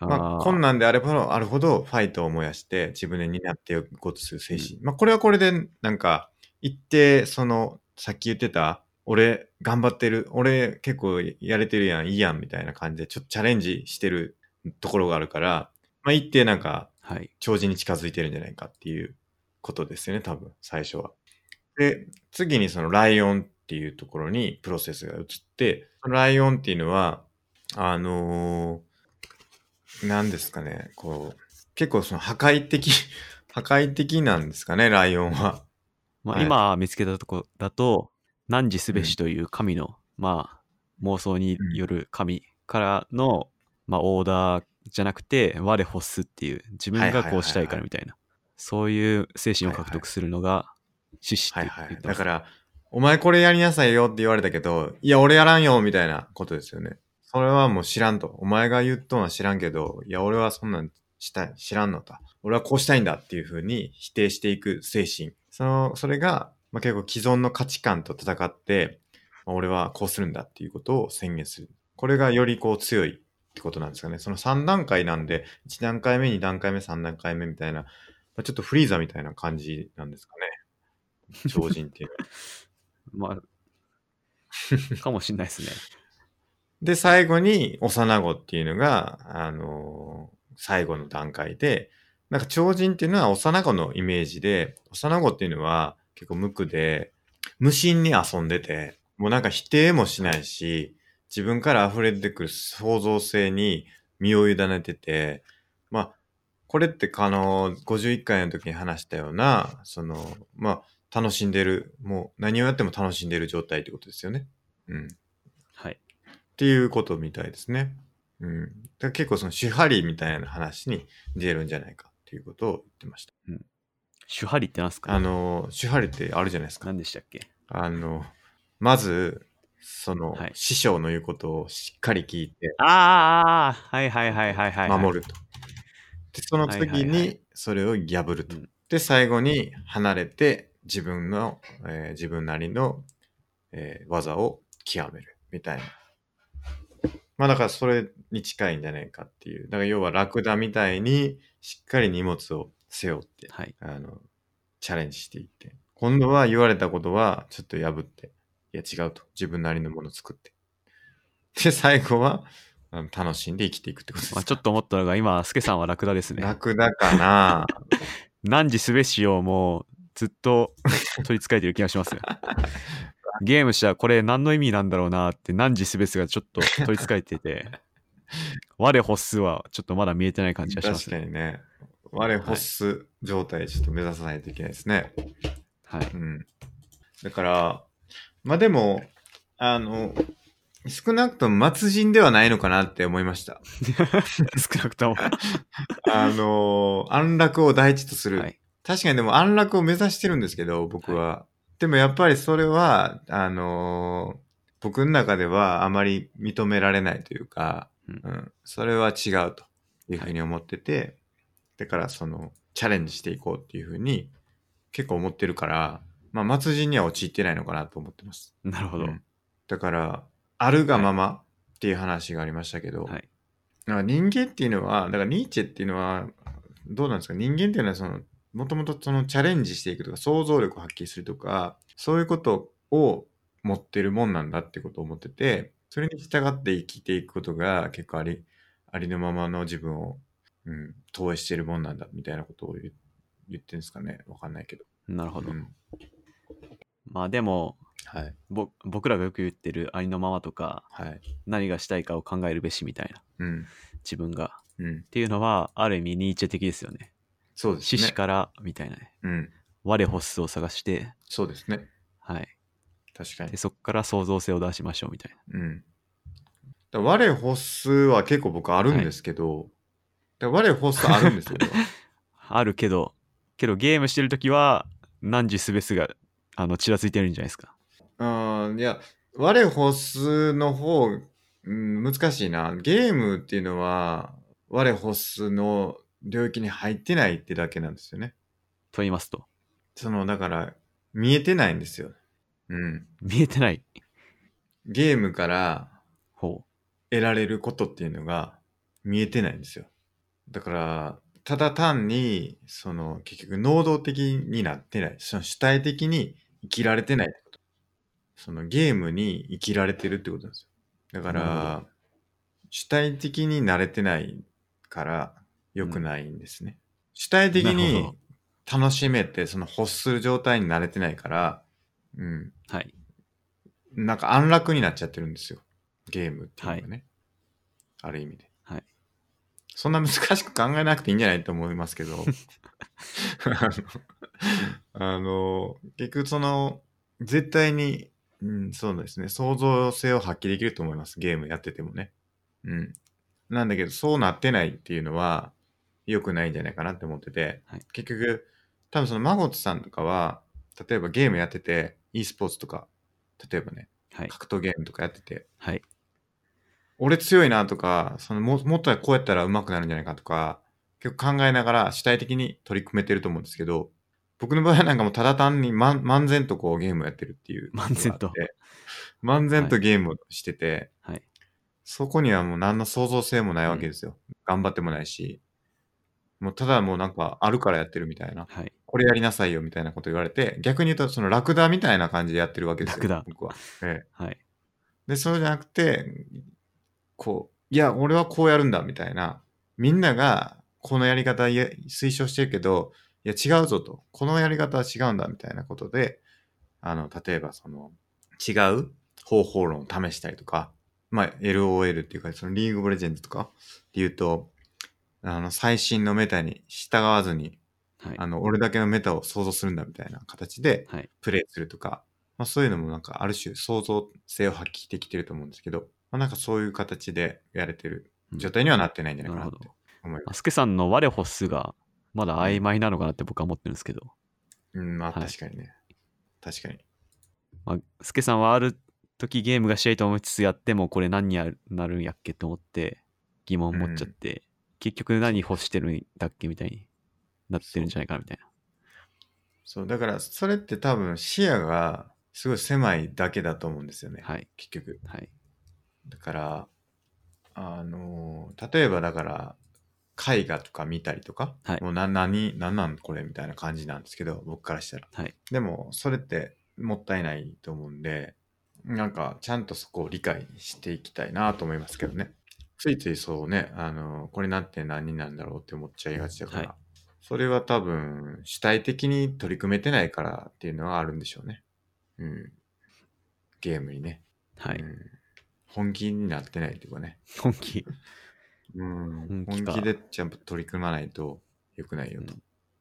S1: まあ、困難であればあるほどファイトを燃やして自分で担っていこうとする精神。まあ、これはこれで、なんか、一定、その、さっき言ってた、俺、頑張ってる、俺、結構やれてるやん、いいやん、みたいな感じで、ちょっとチャレンジしてるところがあるから、まあ、一定なんか、
S2: はい。
S1: 長寿に近づいてるんじゃないかっていうことですよね、多分、最初は。で、次にそのライオンっていうところにプロセスが移って、そのライオンっていうのは、あのー、なんですかね、こう、結構その破壊的、 破壊的なんですかね、ライオンは。
S2: まあ、
S1: はい
S2: 今見つけたとこだと、汝すべしという神の、まあ、妄想による神からの、まあ、オーダーじゃなくて、我欲すっていう、自分がこうしたいからみたいな、そういう精神を獲得するのが、獅子っ
S1: はい
S2: て
S1: は
S2: 言
S1: い
S2: っ。てま
S1: だ
S2: す
S1: から、お前これやりなさいよって言われたけど、いや、俺やらんよ、みたいなことですよね。それはもう知らんと。お前が言っとんは知らんけど、いや、俺はそんなんしたい、知らんのだ。俺はこうしたいんだっていうふうに否定していく精神。その、それが、まあ、結構既存の価値観と戦って、まあ俺はこうするんだっていうことを宣言する。これがよりこう強いってことなんですかね。その3段階なんで、1段階目、2段階目、3段階目みたいな、まあちょっとフリーザみたいな感じなんですかね。超人っていうのは。
S2: まあ、 かもしんないですね。
S1: で、最後に、幼子っていうのが、あのー最後の段階で、なんか超人っていうのは幼子のイメージで、幼子っていうのは結構無垢で、無心に遊んでて、もうなんか否定もしないし、自分から溢れてくる創造性に身を委ねてて、まあ、これってあのー、51回の時に話したような、その、まあ、楽しんでる、もう何をやっても楽しんでる状態ってことですよね。うん。
S2: はい。
S1: っていうことみたいですね。うん。だから結構その手張りみたいな話に出るんじゃないかっていうことを言ってました。
S2: 手張りってなんすか
S1: あ、の、手張りってあるじゃないですか。
S2: 何でしたっけ
S1: あの、まず、その、
S2: はい
S1: 師匠の言うことをしっかり聞いて
S2: あーあーあー、はいはいはいはいはい、はい。
S1: 守ると。で、その次
S2: はいはいは
S1: にそれを破ると
S2: うん。
S1: で、最後に離れて自分の、えー自分なりの、えー技を極めるみたいな。まあだからそれに近いんじゃないかっていう。だから要はラクダみたいにしっかり荷物を背負って、
S2: はい。
S1: あの、チャレンジしていって。今度は言われたことはちょっと破って、いや違うと。自分なりのものを作って。で、最後は、あの楽しんで生きていくってことです。
S2: まあ、ちょっと思ったのが、今、スケさんはラクダですね。
S1: ラクダかな
S2: 何時すべしをもうずっ と取り憑かれてる気がしますよ。ゲームしたらこれ何の意味なんだろうなって何時すべしがちょっと取り憑かれてて我欲すはちょっとまだ見えて ない感じがしま
S1: 確
S2: す
S1: か
S2: ね。
S1: にね。我欲す状態ちょっと目指さないといけないですね。
S2: はい、
S1: うん。だから、まあでも、あの、少なくとも末人ではないのかなって思いました。
S2: 少なくとも、
S1: あの、安楽を第一とする。
S2: はい
S1: 確かにでも安楽を目指してるんですけど、僕は。でもやっぱりそれは、あのー僕の中ではあまり認められないというか、
S2: うん
S1: それは違うというふうに思ってて、だからその、チャレンジしていこうっていうふうに結構思ってるから、まあ、末人には陥ってないのかなと思ってます。
S2: なるほど
S1: う。んだから、あるがままっていう話がありましたけど、
S2: はい、
S1: だから人間っていうのは、だからニーチェっていうのは、どうなんですか人間っていうのはその、もともとそのチャレンジしていくとか、想像力を発揮するとか、そういうことを持ってるもんなんだってことを思ってて、それに従って生きていくことが結構あり、ありのままの自分を、うん、投影してるもんなんだみたいなことを言う言ってるんですかねわかんないけど。
S2: なるほど。
S1: うん
S2: まあでも
S1: はい。
S2: ぼ僕らがよく言ってるありのままとか
S1: はい。
S2: 何がしたいかを考えるべしみたいな
S1: うん。
S2: 自分がっ
S1: うん。
S2: ていうのはある意味ニーチェ的ですよね。
S1: そうです
S2: 獅
S1: ね。
S2: 子からみたいなね。
S1: うん。
S2: 我欲すを探して、
S1: そうですね。
S2: はい、
S1: 確かに
S2: で。そこから創造性を出しましょうみたいな。
S1: うん。だ我欲すは結構僕あるんですけど、だ我欲すあるんですよ。僕は
S2: あるけど、けどゲームしてるときは、何時すべすが、あの、ちらついてるんじゃないですか。
S1: うん、いや、我欲すの方、うん、難しいな。ゲームっていうのは、我欲すの領域に入ってないってだけなんですよね。
S2: と言いますと、
S1: その、だから、見えてないんですよ。うん。
S2: 見えてない
S1: ゲームから
S2: 方。
S1: 得られることっていうのが見えてないんですよ。だから、ただ単に、その、結局、能動的になってない。その主体的に生きられてないってこと。そのゲームに生きられてるってことなんですよ。だか
S2: な
S1: ら、主体的になれてないから良くないんですね。主体的
S2: なる
S1: に
S2: ほ
S1: 楽しめて、その欲する状態になれてないから、うん、
S2: はい。
S1: なんか安楽になっちゃってるんですよ。ゲームっていうのがね。ある意味で。
S2: はい
S1: そんな難しく考えなくていいんじゃないと思いますけ ど。あの、あ の結局その、絶対に、うん、そうですね、創造性を発揮できると思います。ゲームやっててもね。うん。なんだけど、そうなってないっていうのは、良くないんじゃないかなって思ってて、
S2: はい
S1: 結局、多分その、マゴットさんとかは、例えばゲームやってて、e スポーツとか、例えばね、
S2: はい。
S1: 格闘ゲームとかやってて、
S2: はい。
S1: 俺強いなとか、そのももっとこうやったら上手くなるんじゃないかとか、結構考えながら主体的に取り組めてると思うんですけど、僕の場合はなんかもうただ単にまん漫然とこうゲームをやってるっていう。
S2: 漫然と。
S1: 漫然とゲームをしてて、
S2: はい
S1: そこにはもう何の創造性もないわけですよ。頑張ってもないし、もうただもうなんかあるからやってるみたいな。
S2: はい。
S1: これやりなさいよみたいなこと言われて、逆に言うとそのラクダみたいな感じでやってるわけですよ。
S2: ラクダ
S1: 僕は。ええ
S2: はい。
S1: で、そうじゃなくて、こう、いや、俺はこうやるんだみたいな。みんながこのやり方いえ推奨してるけど、いや違うぞと。このやり方は違うんだみたいなことで、あの、例えばその、違う方法論を試したりとか、まあ、LOL っていうか、そのリーグオブレジェンズとかっていうと、あの、最新のメタに従わずに、
S2: はい。
S1: あの、俺だけのメタを想像するんだみたいな形で
S2: はい、
S1: プレイするとか、まあそういうのもなんかある種想像性を発揮できてると思うんですけど、まあなんかそういう形でやれてる
S2: うん
S1: 状態にはなってないんじゃないかな
S2: な
S1: っ
S2: る
S1: て
S2: ほど
S1: 思います。
S2: あすけさんの我欲すが、まだ曖昧なのかなって僕は思ってるんですけど、
S1: うん、まあ
S2: はい
S1: 確かにね。確かに。
S2: まあ、すけさんはある時ゲームがしたいと思いつつやっても、これ何になるんやっけと思って疑問持っちゃって、結局何欲してるんだっけみたいになってるんじゃないかなみたいな。
S1: そう、だからそれって多分視野がすごい狭いだけだと思うんですよね。
S2: はい。
S1: 結局。
S2: はい。
S1: だから、あのー例えばだから、絵画とか見たりとか、
S2: はい
S1: もうな、何、何なんこれみたいな感じなんですけど、僕からしたら。
S2: はい。
S1: でも、それってもったいないと思うんで、なんか、ちゃんとそこを理解していきたいなと思いますけどね。ついついそうね、あの、これなんて何なんだろうって思っちゃいがちだから、
S2: は
S1: それは多分、主体的に取り組めてないからっていうのはあるんでしょうね。うん。ゲームにね。
S2: は
S1: う
S2: い。
S1: ん本気になってないっていうかね。
S2: 本気。
S1: うん。
S2: 本気
S1: 本
S2: か
S1: 気でちゃんと取り組まないと良くないよと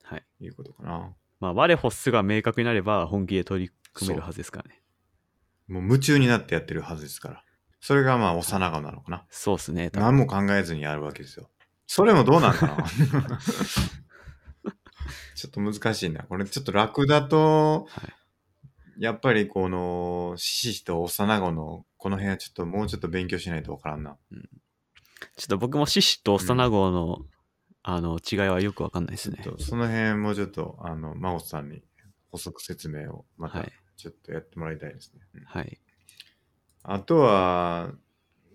S2: はい。
S1: いうことかな。
S2: まあ、我欲すが明確になれば本気で取り組めるはずですからね。
S1: もう夢中になってやってるはずですから。それがまあ幼顔なのかな。
S2: そうっすね。多分
S1: 何も考えずにやるわけですよ。それもどうなんかな ちょっと難しいな。これちょっとラクダと、
S2: はい
S1: やっぱりこの、獅子と幼子のこの辺はちょっともうちょっと勉強しないとわからんな。
S2: ちょっと僕も獅子と幼子の、あの違いはよくわかんないですね
S1: ちょ。っとその辺もうちょっと、あの、真帆さんに補足説明をま
S2: は
S1: た
S2: い。
S1: ちょっとやってもらいたいですね。うん
S2: はい。
S1: あとは、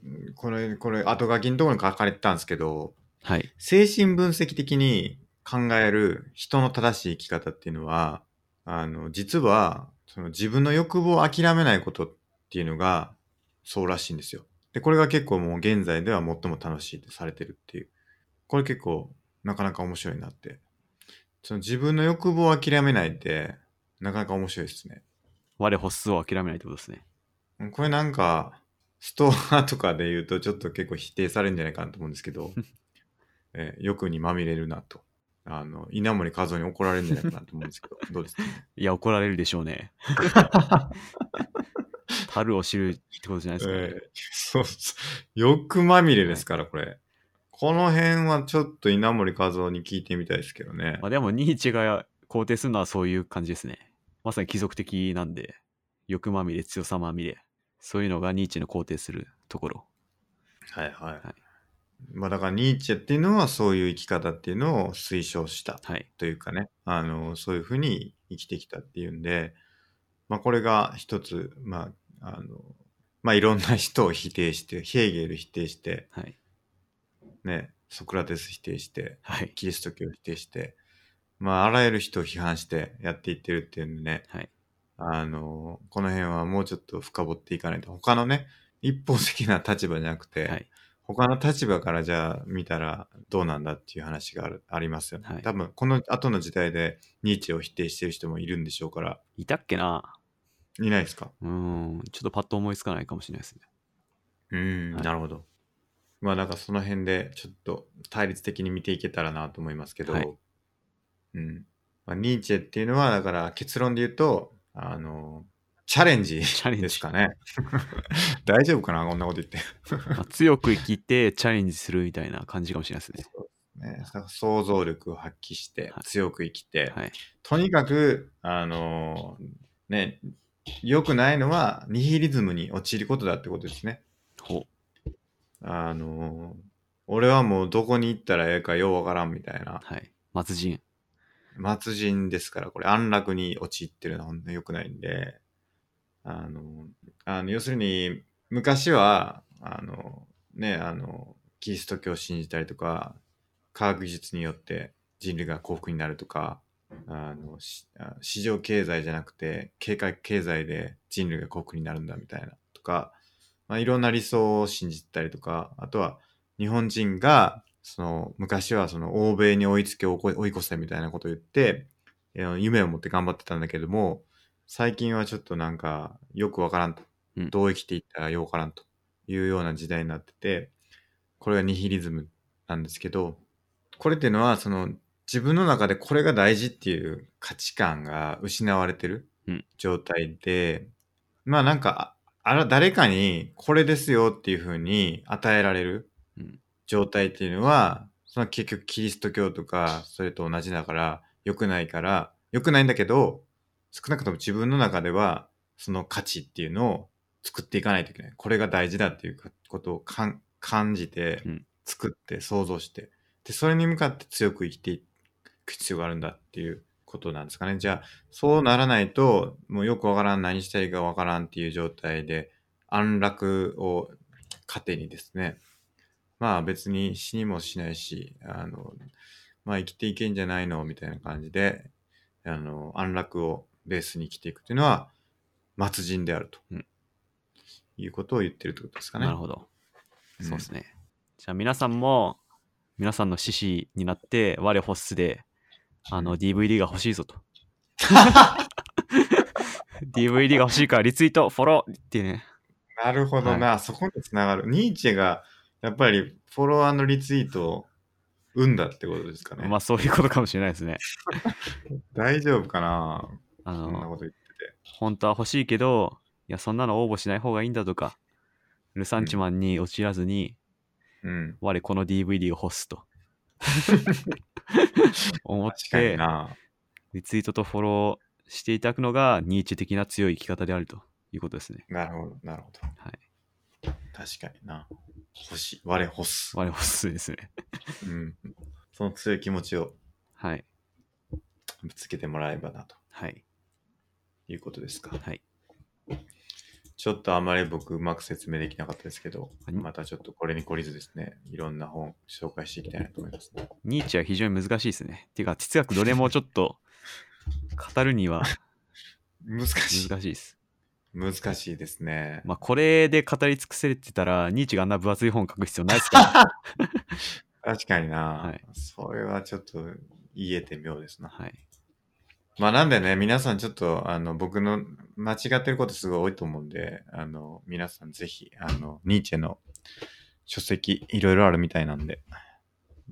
S1: うんこれ、これ、後書きのところに書かれてたんですけど、
S2: はい。
S1: 精神分析的に考える人の正しい生き方っていうのは、あの、実は、その自分の欲望を諦めないことっていうのが、そうらしいんですよ。で、これが結構もう現在では最も楽しいとされてるっていう。これ結構、なかなか面白いなって。その自分の欲望を諦めないって、なかなか面白いですね。
S2: 我欲すを諦めないってことですね。
S1: うんこれなんか、ストアとかで言うとちょっと結構否定されるんじゃないかなと思うんですけ ど、えー欲にまみれるなと。あの、稲森和夫に怒られるんじゃないかなと思うんですけ ど、どうですか
S2: いや、怒られるでしょ うね。樽を知るってことじゃないですか、ね
S1: えーそうそう。欲まみれですから、これ。この辺はちょっと稲森和夫に聞いてみたいですけどね
S2: まあ、。でも、ニーチェが肯定するのはそういう感じですね。まさに貴族的なんで、欲まみれ、強さまみれ。そういうのがニーチェの肯定するところ。
S1: はいはい。
S2: い
S1: まあだからニーチェっていうのはそういう生き方っていうのを推奨した
S2: はい。
S1: というかね、あの、そういうふうに生きてきたっていうんで、まあこれが一つ、まあ、あの、まあいろんな人を否定して、ヘーゲル否定して、
S2: はい。
S1: ね、ソクラテス否定して、
S2: はい。
S1: キリスト教否定して、まああらゆる人を批判してやっていってるっていうんでね、
S2: はい。
S1: あの、この辺はもうちょっと深掘っていかないと、他のね、一方的な立場じゃなくて、
S2: はい。
S1: 他の立場からじゃあ見たらどうなんだっていう話があるありますよね。
S2: はい
S1: 多分この後の時代でニーチェを否定してる人もいるんでしょうから、
S2: いたっけない
S1: ないですか
S2: うーん。ちょっとパッと思いつかないかもしれないですね。
S1: うん、
S2: はい
S1: なるほど。まあなんかその辺でちょっと対立的に見ていけたらなと思いますけど、
S2: はい
S1: うん。まあ、ニーチェっていうのはだから結論で言うと、あの、チャレンジ
S2: チャレンジ
S1: ですかね。 大丈夫かなこんなこと言って。
S2: まあ、強く生きてチャレンジするみたいな感じかもしれないですね。
S1: ね、想像力を発揮して
S2: はい
S1: 強く生きて、
S2: はい。
S1: とにかく、あのーね、良くないのはニヒリズムに陥ることだってことですね。
S2: ほう。
S1: あの俺はもうどこに行ったらええかようわからんみたいな。
S2: はい。松陣。
S1: 末人ですから、これ安楽に陥ってるのは本当に良くないんで、あの、あの要するに、昔は、あの、ね、あの、キリスト教を信じたりとか、科学技術によって人類が幸福になるとか、あの、しあ市場経済じゃなくて、経済経済で人類が幸福になるんだみたいな、とか、まあ、いろんな理想を信じたりとか、あとは日本人がその昔はその欧米に追いつけ追い越せみたいなことを言って、えー夢を持って頑張ってたんだけども、最近はちょっとなんかよくわからんと
S2: うん。
S1: どう生きていったらようわからんというような時代になってて、これがニヒリズムなんですけど、これっていうのはその自分の中でこれが大事っていう価値観が失われてる
S2: うん
S1: 状態で、まあなんか、ああら、誰かにこれですよっていうふうに与えられる
S2: うん
S1: 状態っていうのは、その結局キリスト教とかそれと同じだから良くないから、良くないんだけど、少なくとも自分の中ではその価値っていうのを作っていかないといけない。これが大事だっていうかことをかん感じて
S2: うん、
S1: 作って、想像して。で、それに向かって強く生きていく必要があるんだっていうことなんですかね。じゃあ、そうならないと、もうよくわからん、何したらいいかわからんっていう状態で、安楽を糧にですね、まあ別に死にもしないし、あの、まあ生きていけんじゃないのみたいな感じで、あの、安楽をベースに生きていくというのは、末人であると。
S2: うん
S1: いうことを言ってるってことですかね。
S2: なるほど。
S1: うん
S2: そうですね。じゃあ皆さんも、皆さんの獅子になって、我ホッスで、あの、DVD が欲しい ぞと。DVD が欲しいから、リツイート、フォローってね。
S1: なるほどな、そこにつながる。ニーチェがやっぱりフォロワーのリツイートを生んだってことですかね。
S2: まあ、そういうことかもしれないですね。
S1: 大丈夫かな
S2: あ
S1: そんな
S2: の、
S1: こと言って
S2: 本当は欲しいけど、いや、そんなの応募しない方がいいんだとか、ルサンチマンに陥らずに、
S1: うん。
S2: 我この DVD を欲 すと。思っ
S1: 確かに
S2: て、
S1: な。
S2: リツイートとフォローしていただくのが、ニーチェ的な強い生き方であるということですね。
S1: なるほど、なるほど。
S2: はい。
S1: 確かにな。欲しい。我欲す。
S2: 我ホッスですね。
S1: うん。その強い気持ちを
S2: はい。
S1: ぶつけてもらえばなと
S2: はい。
S1: いうことですか。
S2: はい。
S1: ちょっとあまり僕うまく説明できなかったですけど、
S2: はい
S1: またちょっとこれに懲りずですね、いろんな本紹介していきたいなと思います、ね。
S2: ニーチェは非常に難しいですね。っていうか、哲学どれもちょっと語るには
S1: 難しい。
S2: 難しいです。
S1: 難しいですね。
S2: まあ、これで語り尽くせれてたら、ニーチェがあんな分厚い本書く必要ないで すから。
S1: 確かにな、
S2: はい
S1: それはちょっと言えて妙ですな。
S2: はい。
S1: まあなんでね、皆さんちょっと、あの、僕の間違ってることすごい多いと思うんで、あの、皆さんぜひ、あの、ニーチェの書籍いろいろあるみたいなんで、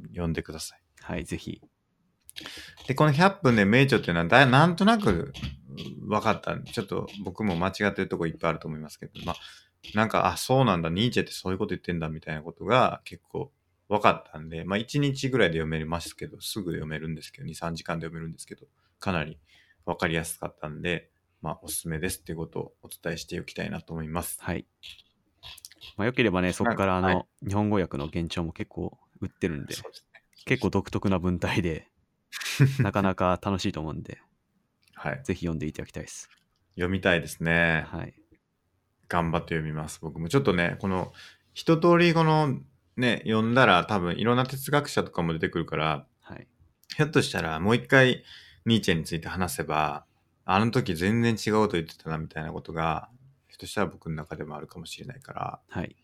S1: 読んでください。
S2: はい、ぜひ。
S1: で、この100分で名著っていうのはだ、なんとなく分かったんで、ちょっと僕も間違ってるとこいっぱいあると思いますけど、まあ、なんか、あ、そうなんだ、ニーチェってそういうこと言ってんだみたいなことが結構分かったんで、まあ、1日ぐらいで読めますけど、すぐ読めるんですけど、2、3時間で読めるんですけど、かなり分かりやすかったんで、まあ、おすすめですっていうことをお伝えしておきたいなと思います。
S2: はい。まあ、よければね、そこからあの、
S1: はい
S2: 日本語訳の現状も結構売ってるんで、
S1: そうですね。
S2: 結構独特な文 体で、なかなか楽しいと思うんで、
S1: はい。
S2: ぜひ読んでいただきたいです。
S1: 読みたいですね。
S2: はい。
S1: 頑張って読みます。僕もちょっとね、この一通りこのね、読んだら多分いろんな哲学者とかも出てくるから、
S2: はい。
S1: ひょっとしたらもう一回ニーチェについて話せば、あの時全然違うこと言ってたなみたいなことが、ひょっとしたら僕の中でもあるかもしれないから、
S2: はい。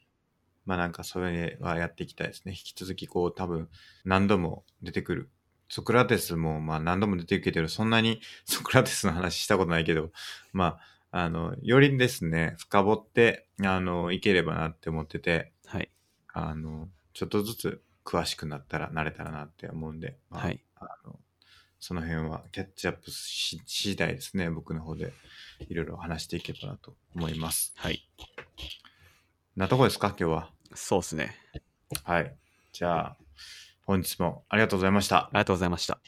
S1: まあなんかそれはやっていきたいですね。引き続きこう多分何度も出てくる。ソクラテスもまあ何度も出てくるけど、そんなにソクラテスの話したことないけど、まあ、あの、よりですね、深掘って、あの、いければなって思ってて、
S2: はい。
S1: あの、ちょっとずつ詳しくなったら、なれたらなって思うんで、まあ
S2: はい。
S1: あの、その辺はキャッチアップし次第ですね、僕の方でいろいろ話していけばなと思います。
S2: はい。
S1: なとこですか、今日は。
S2: そうですね。
S1: はい。じゃあ、本日もありがとうございました
S2: あ。りがとうございました。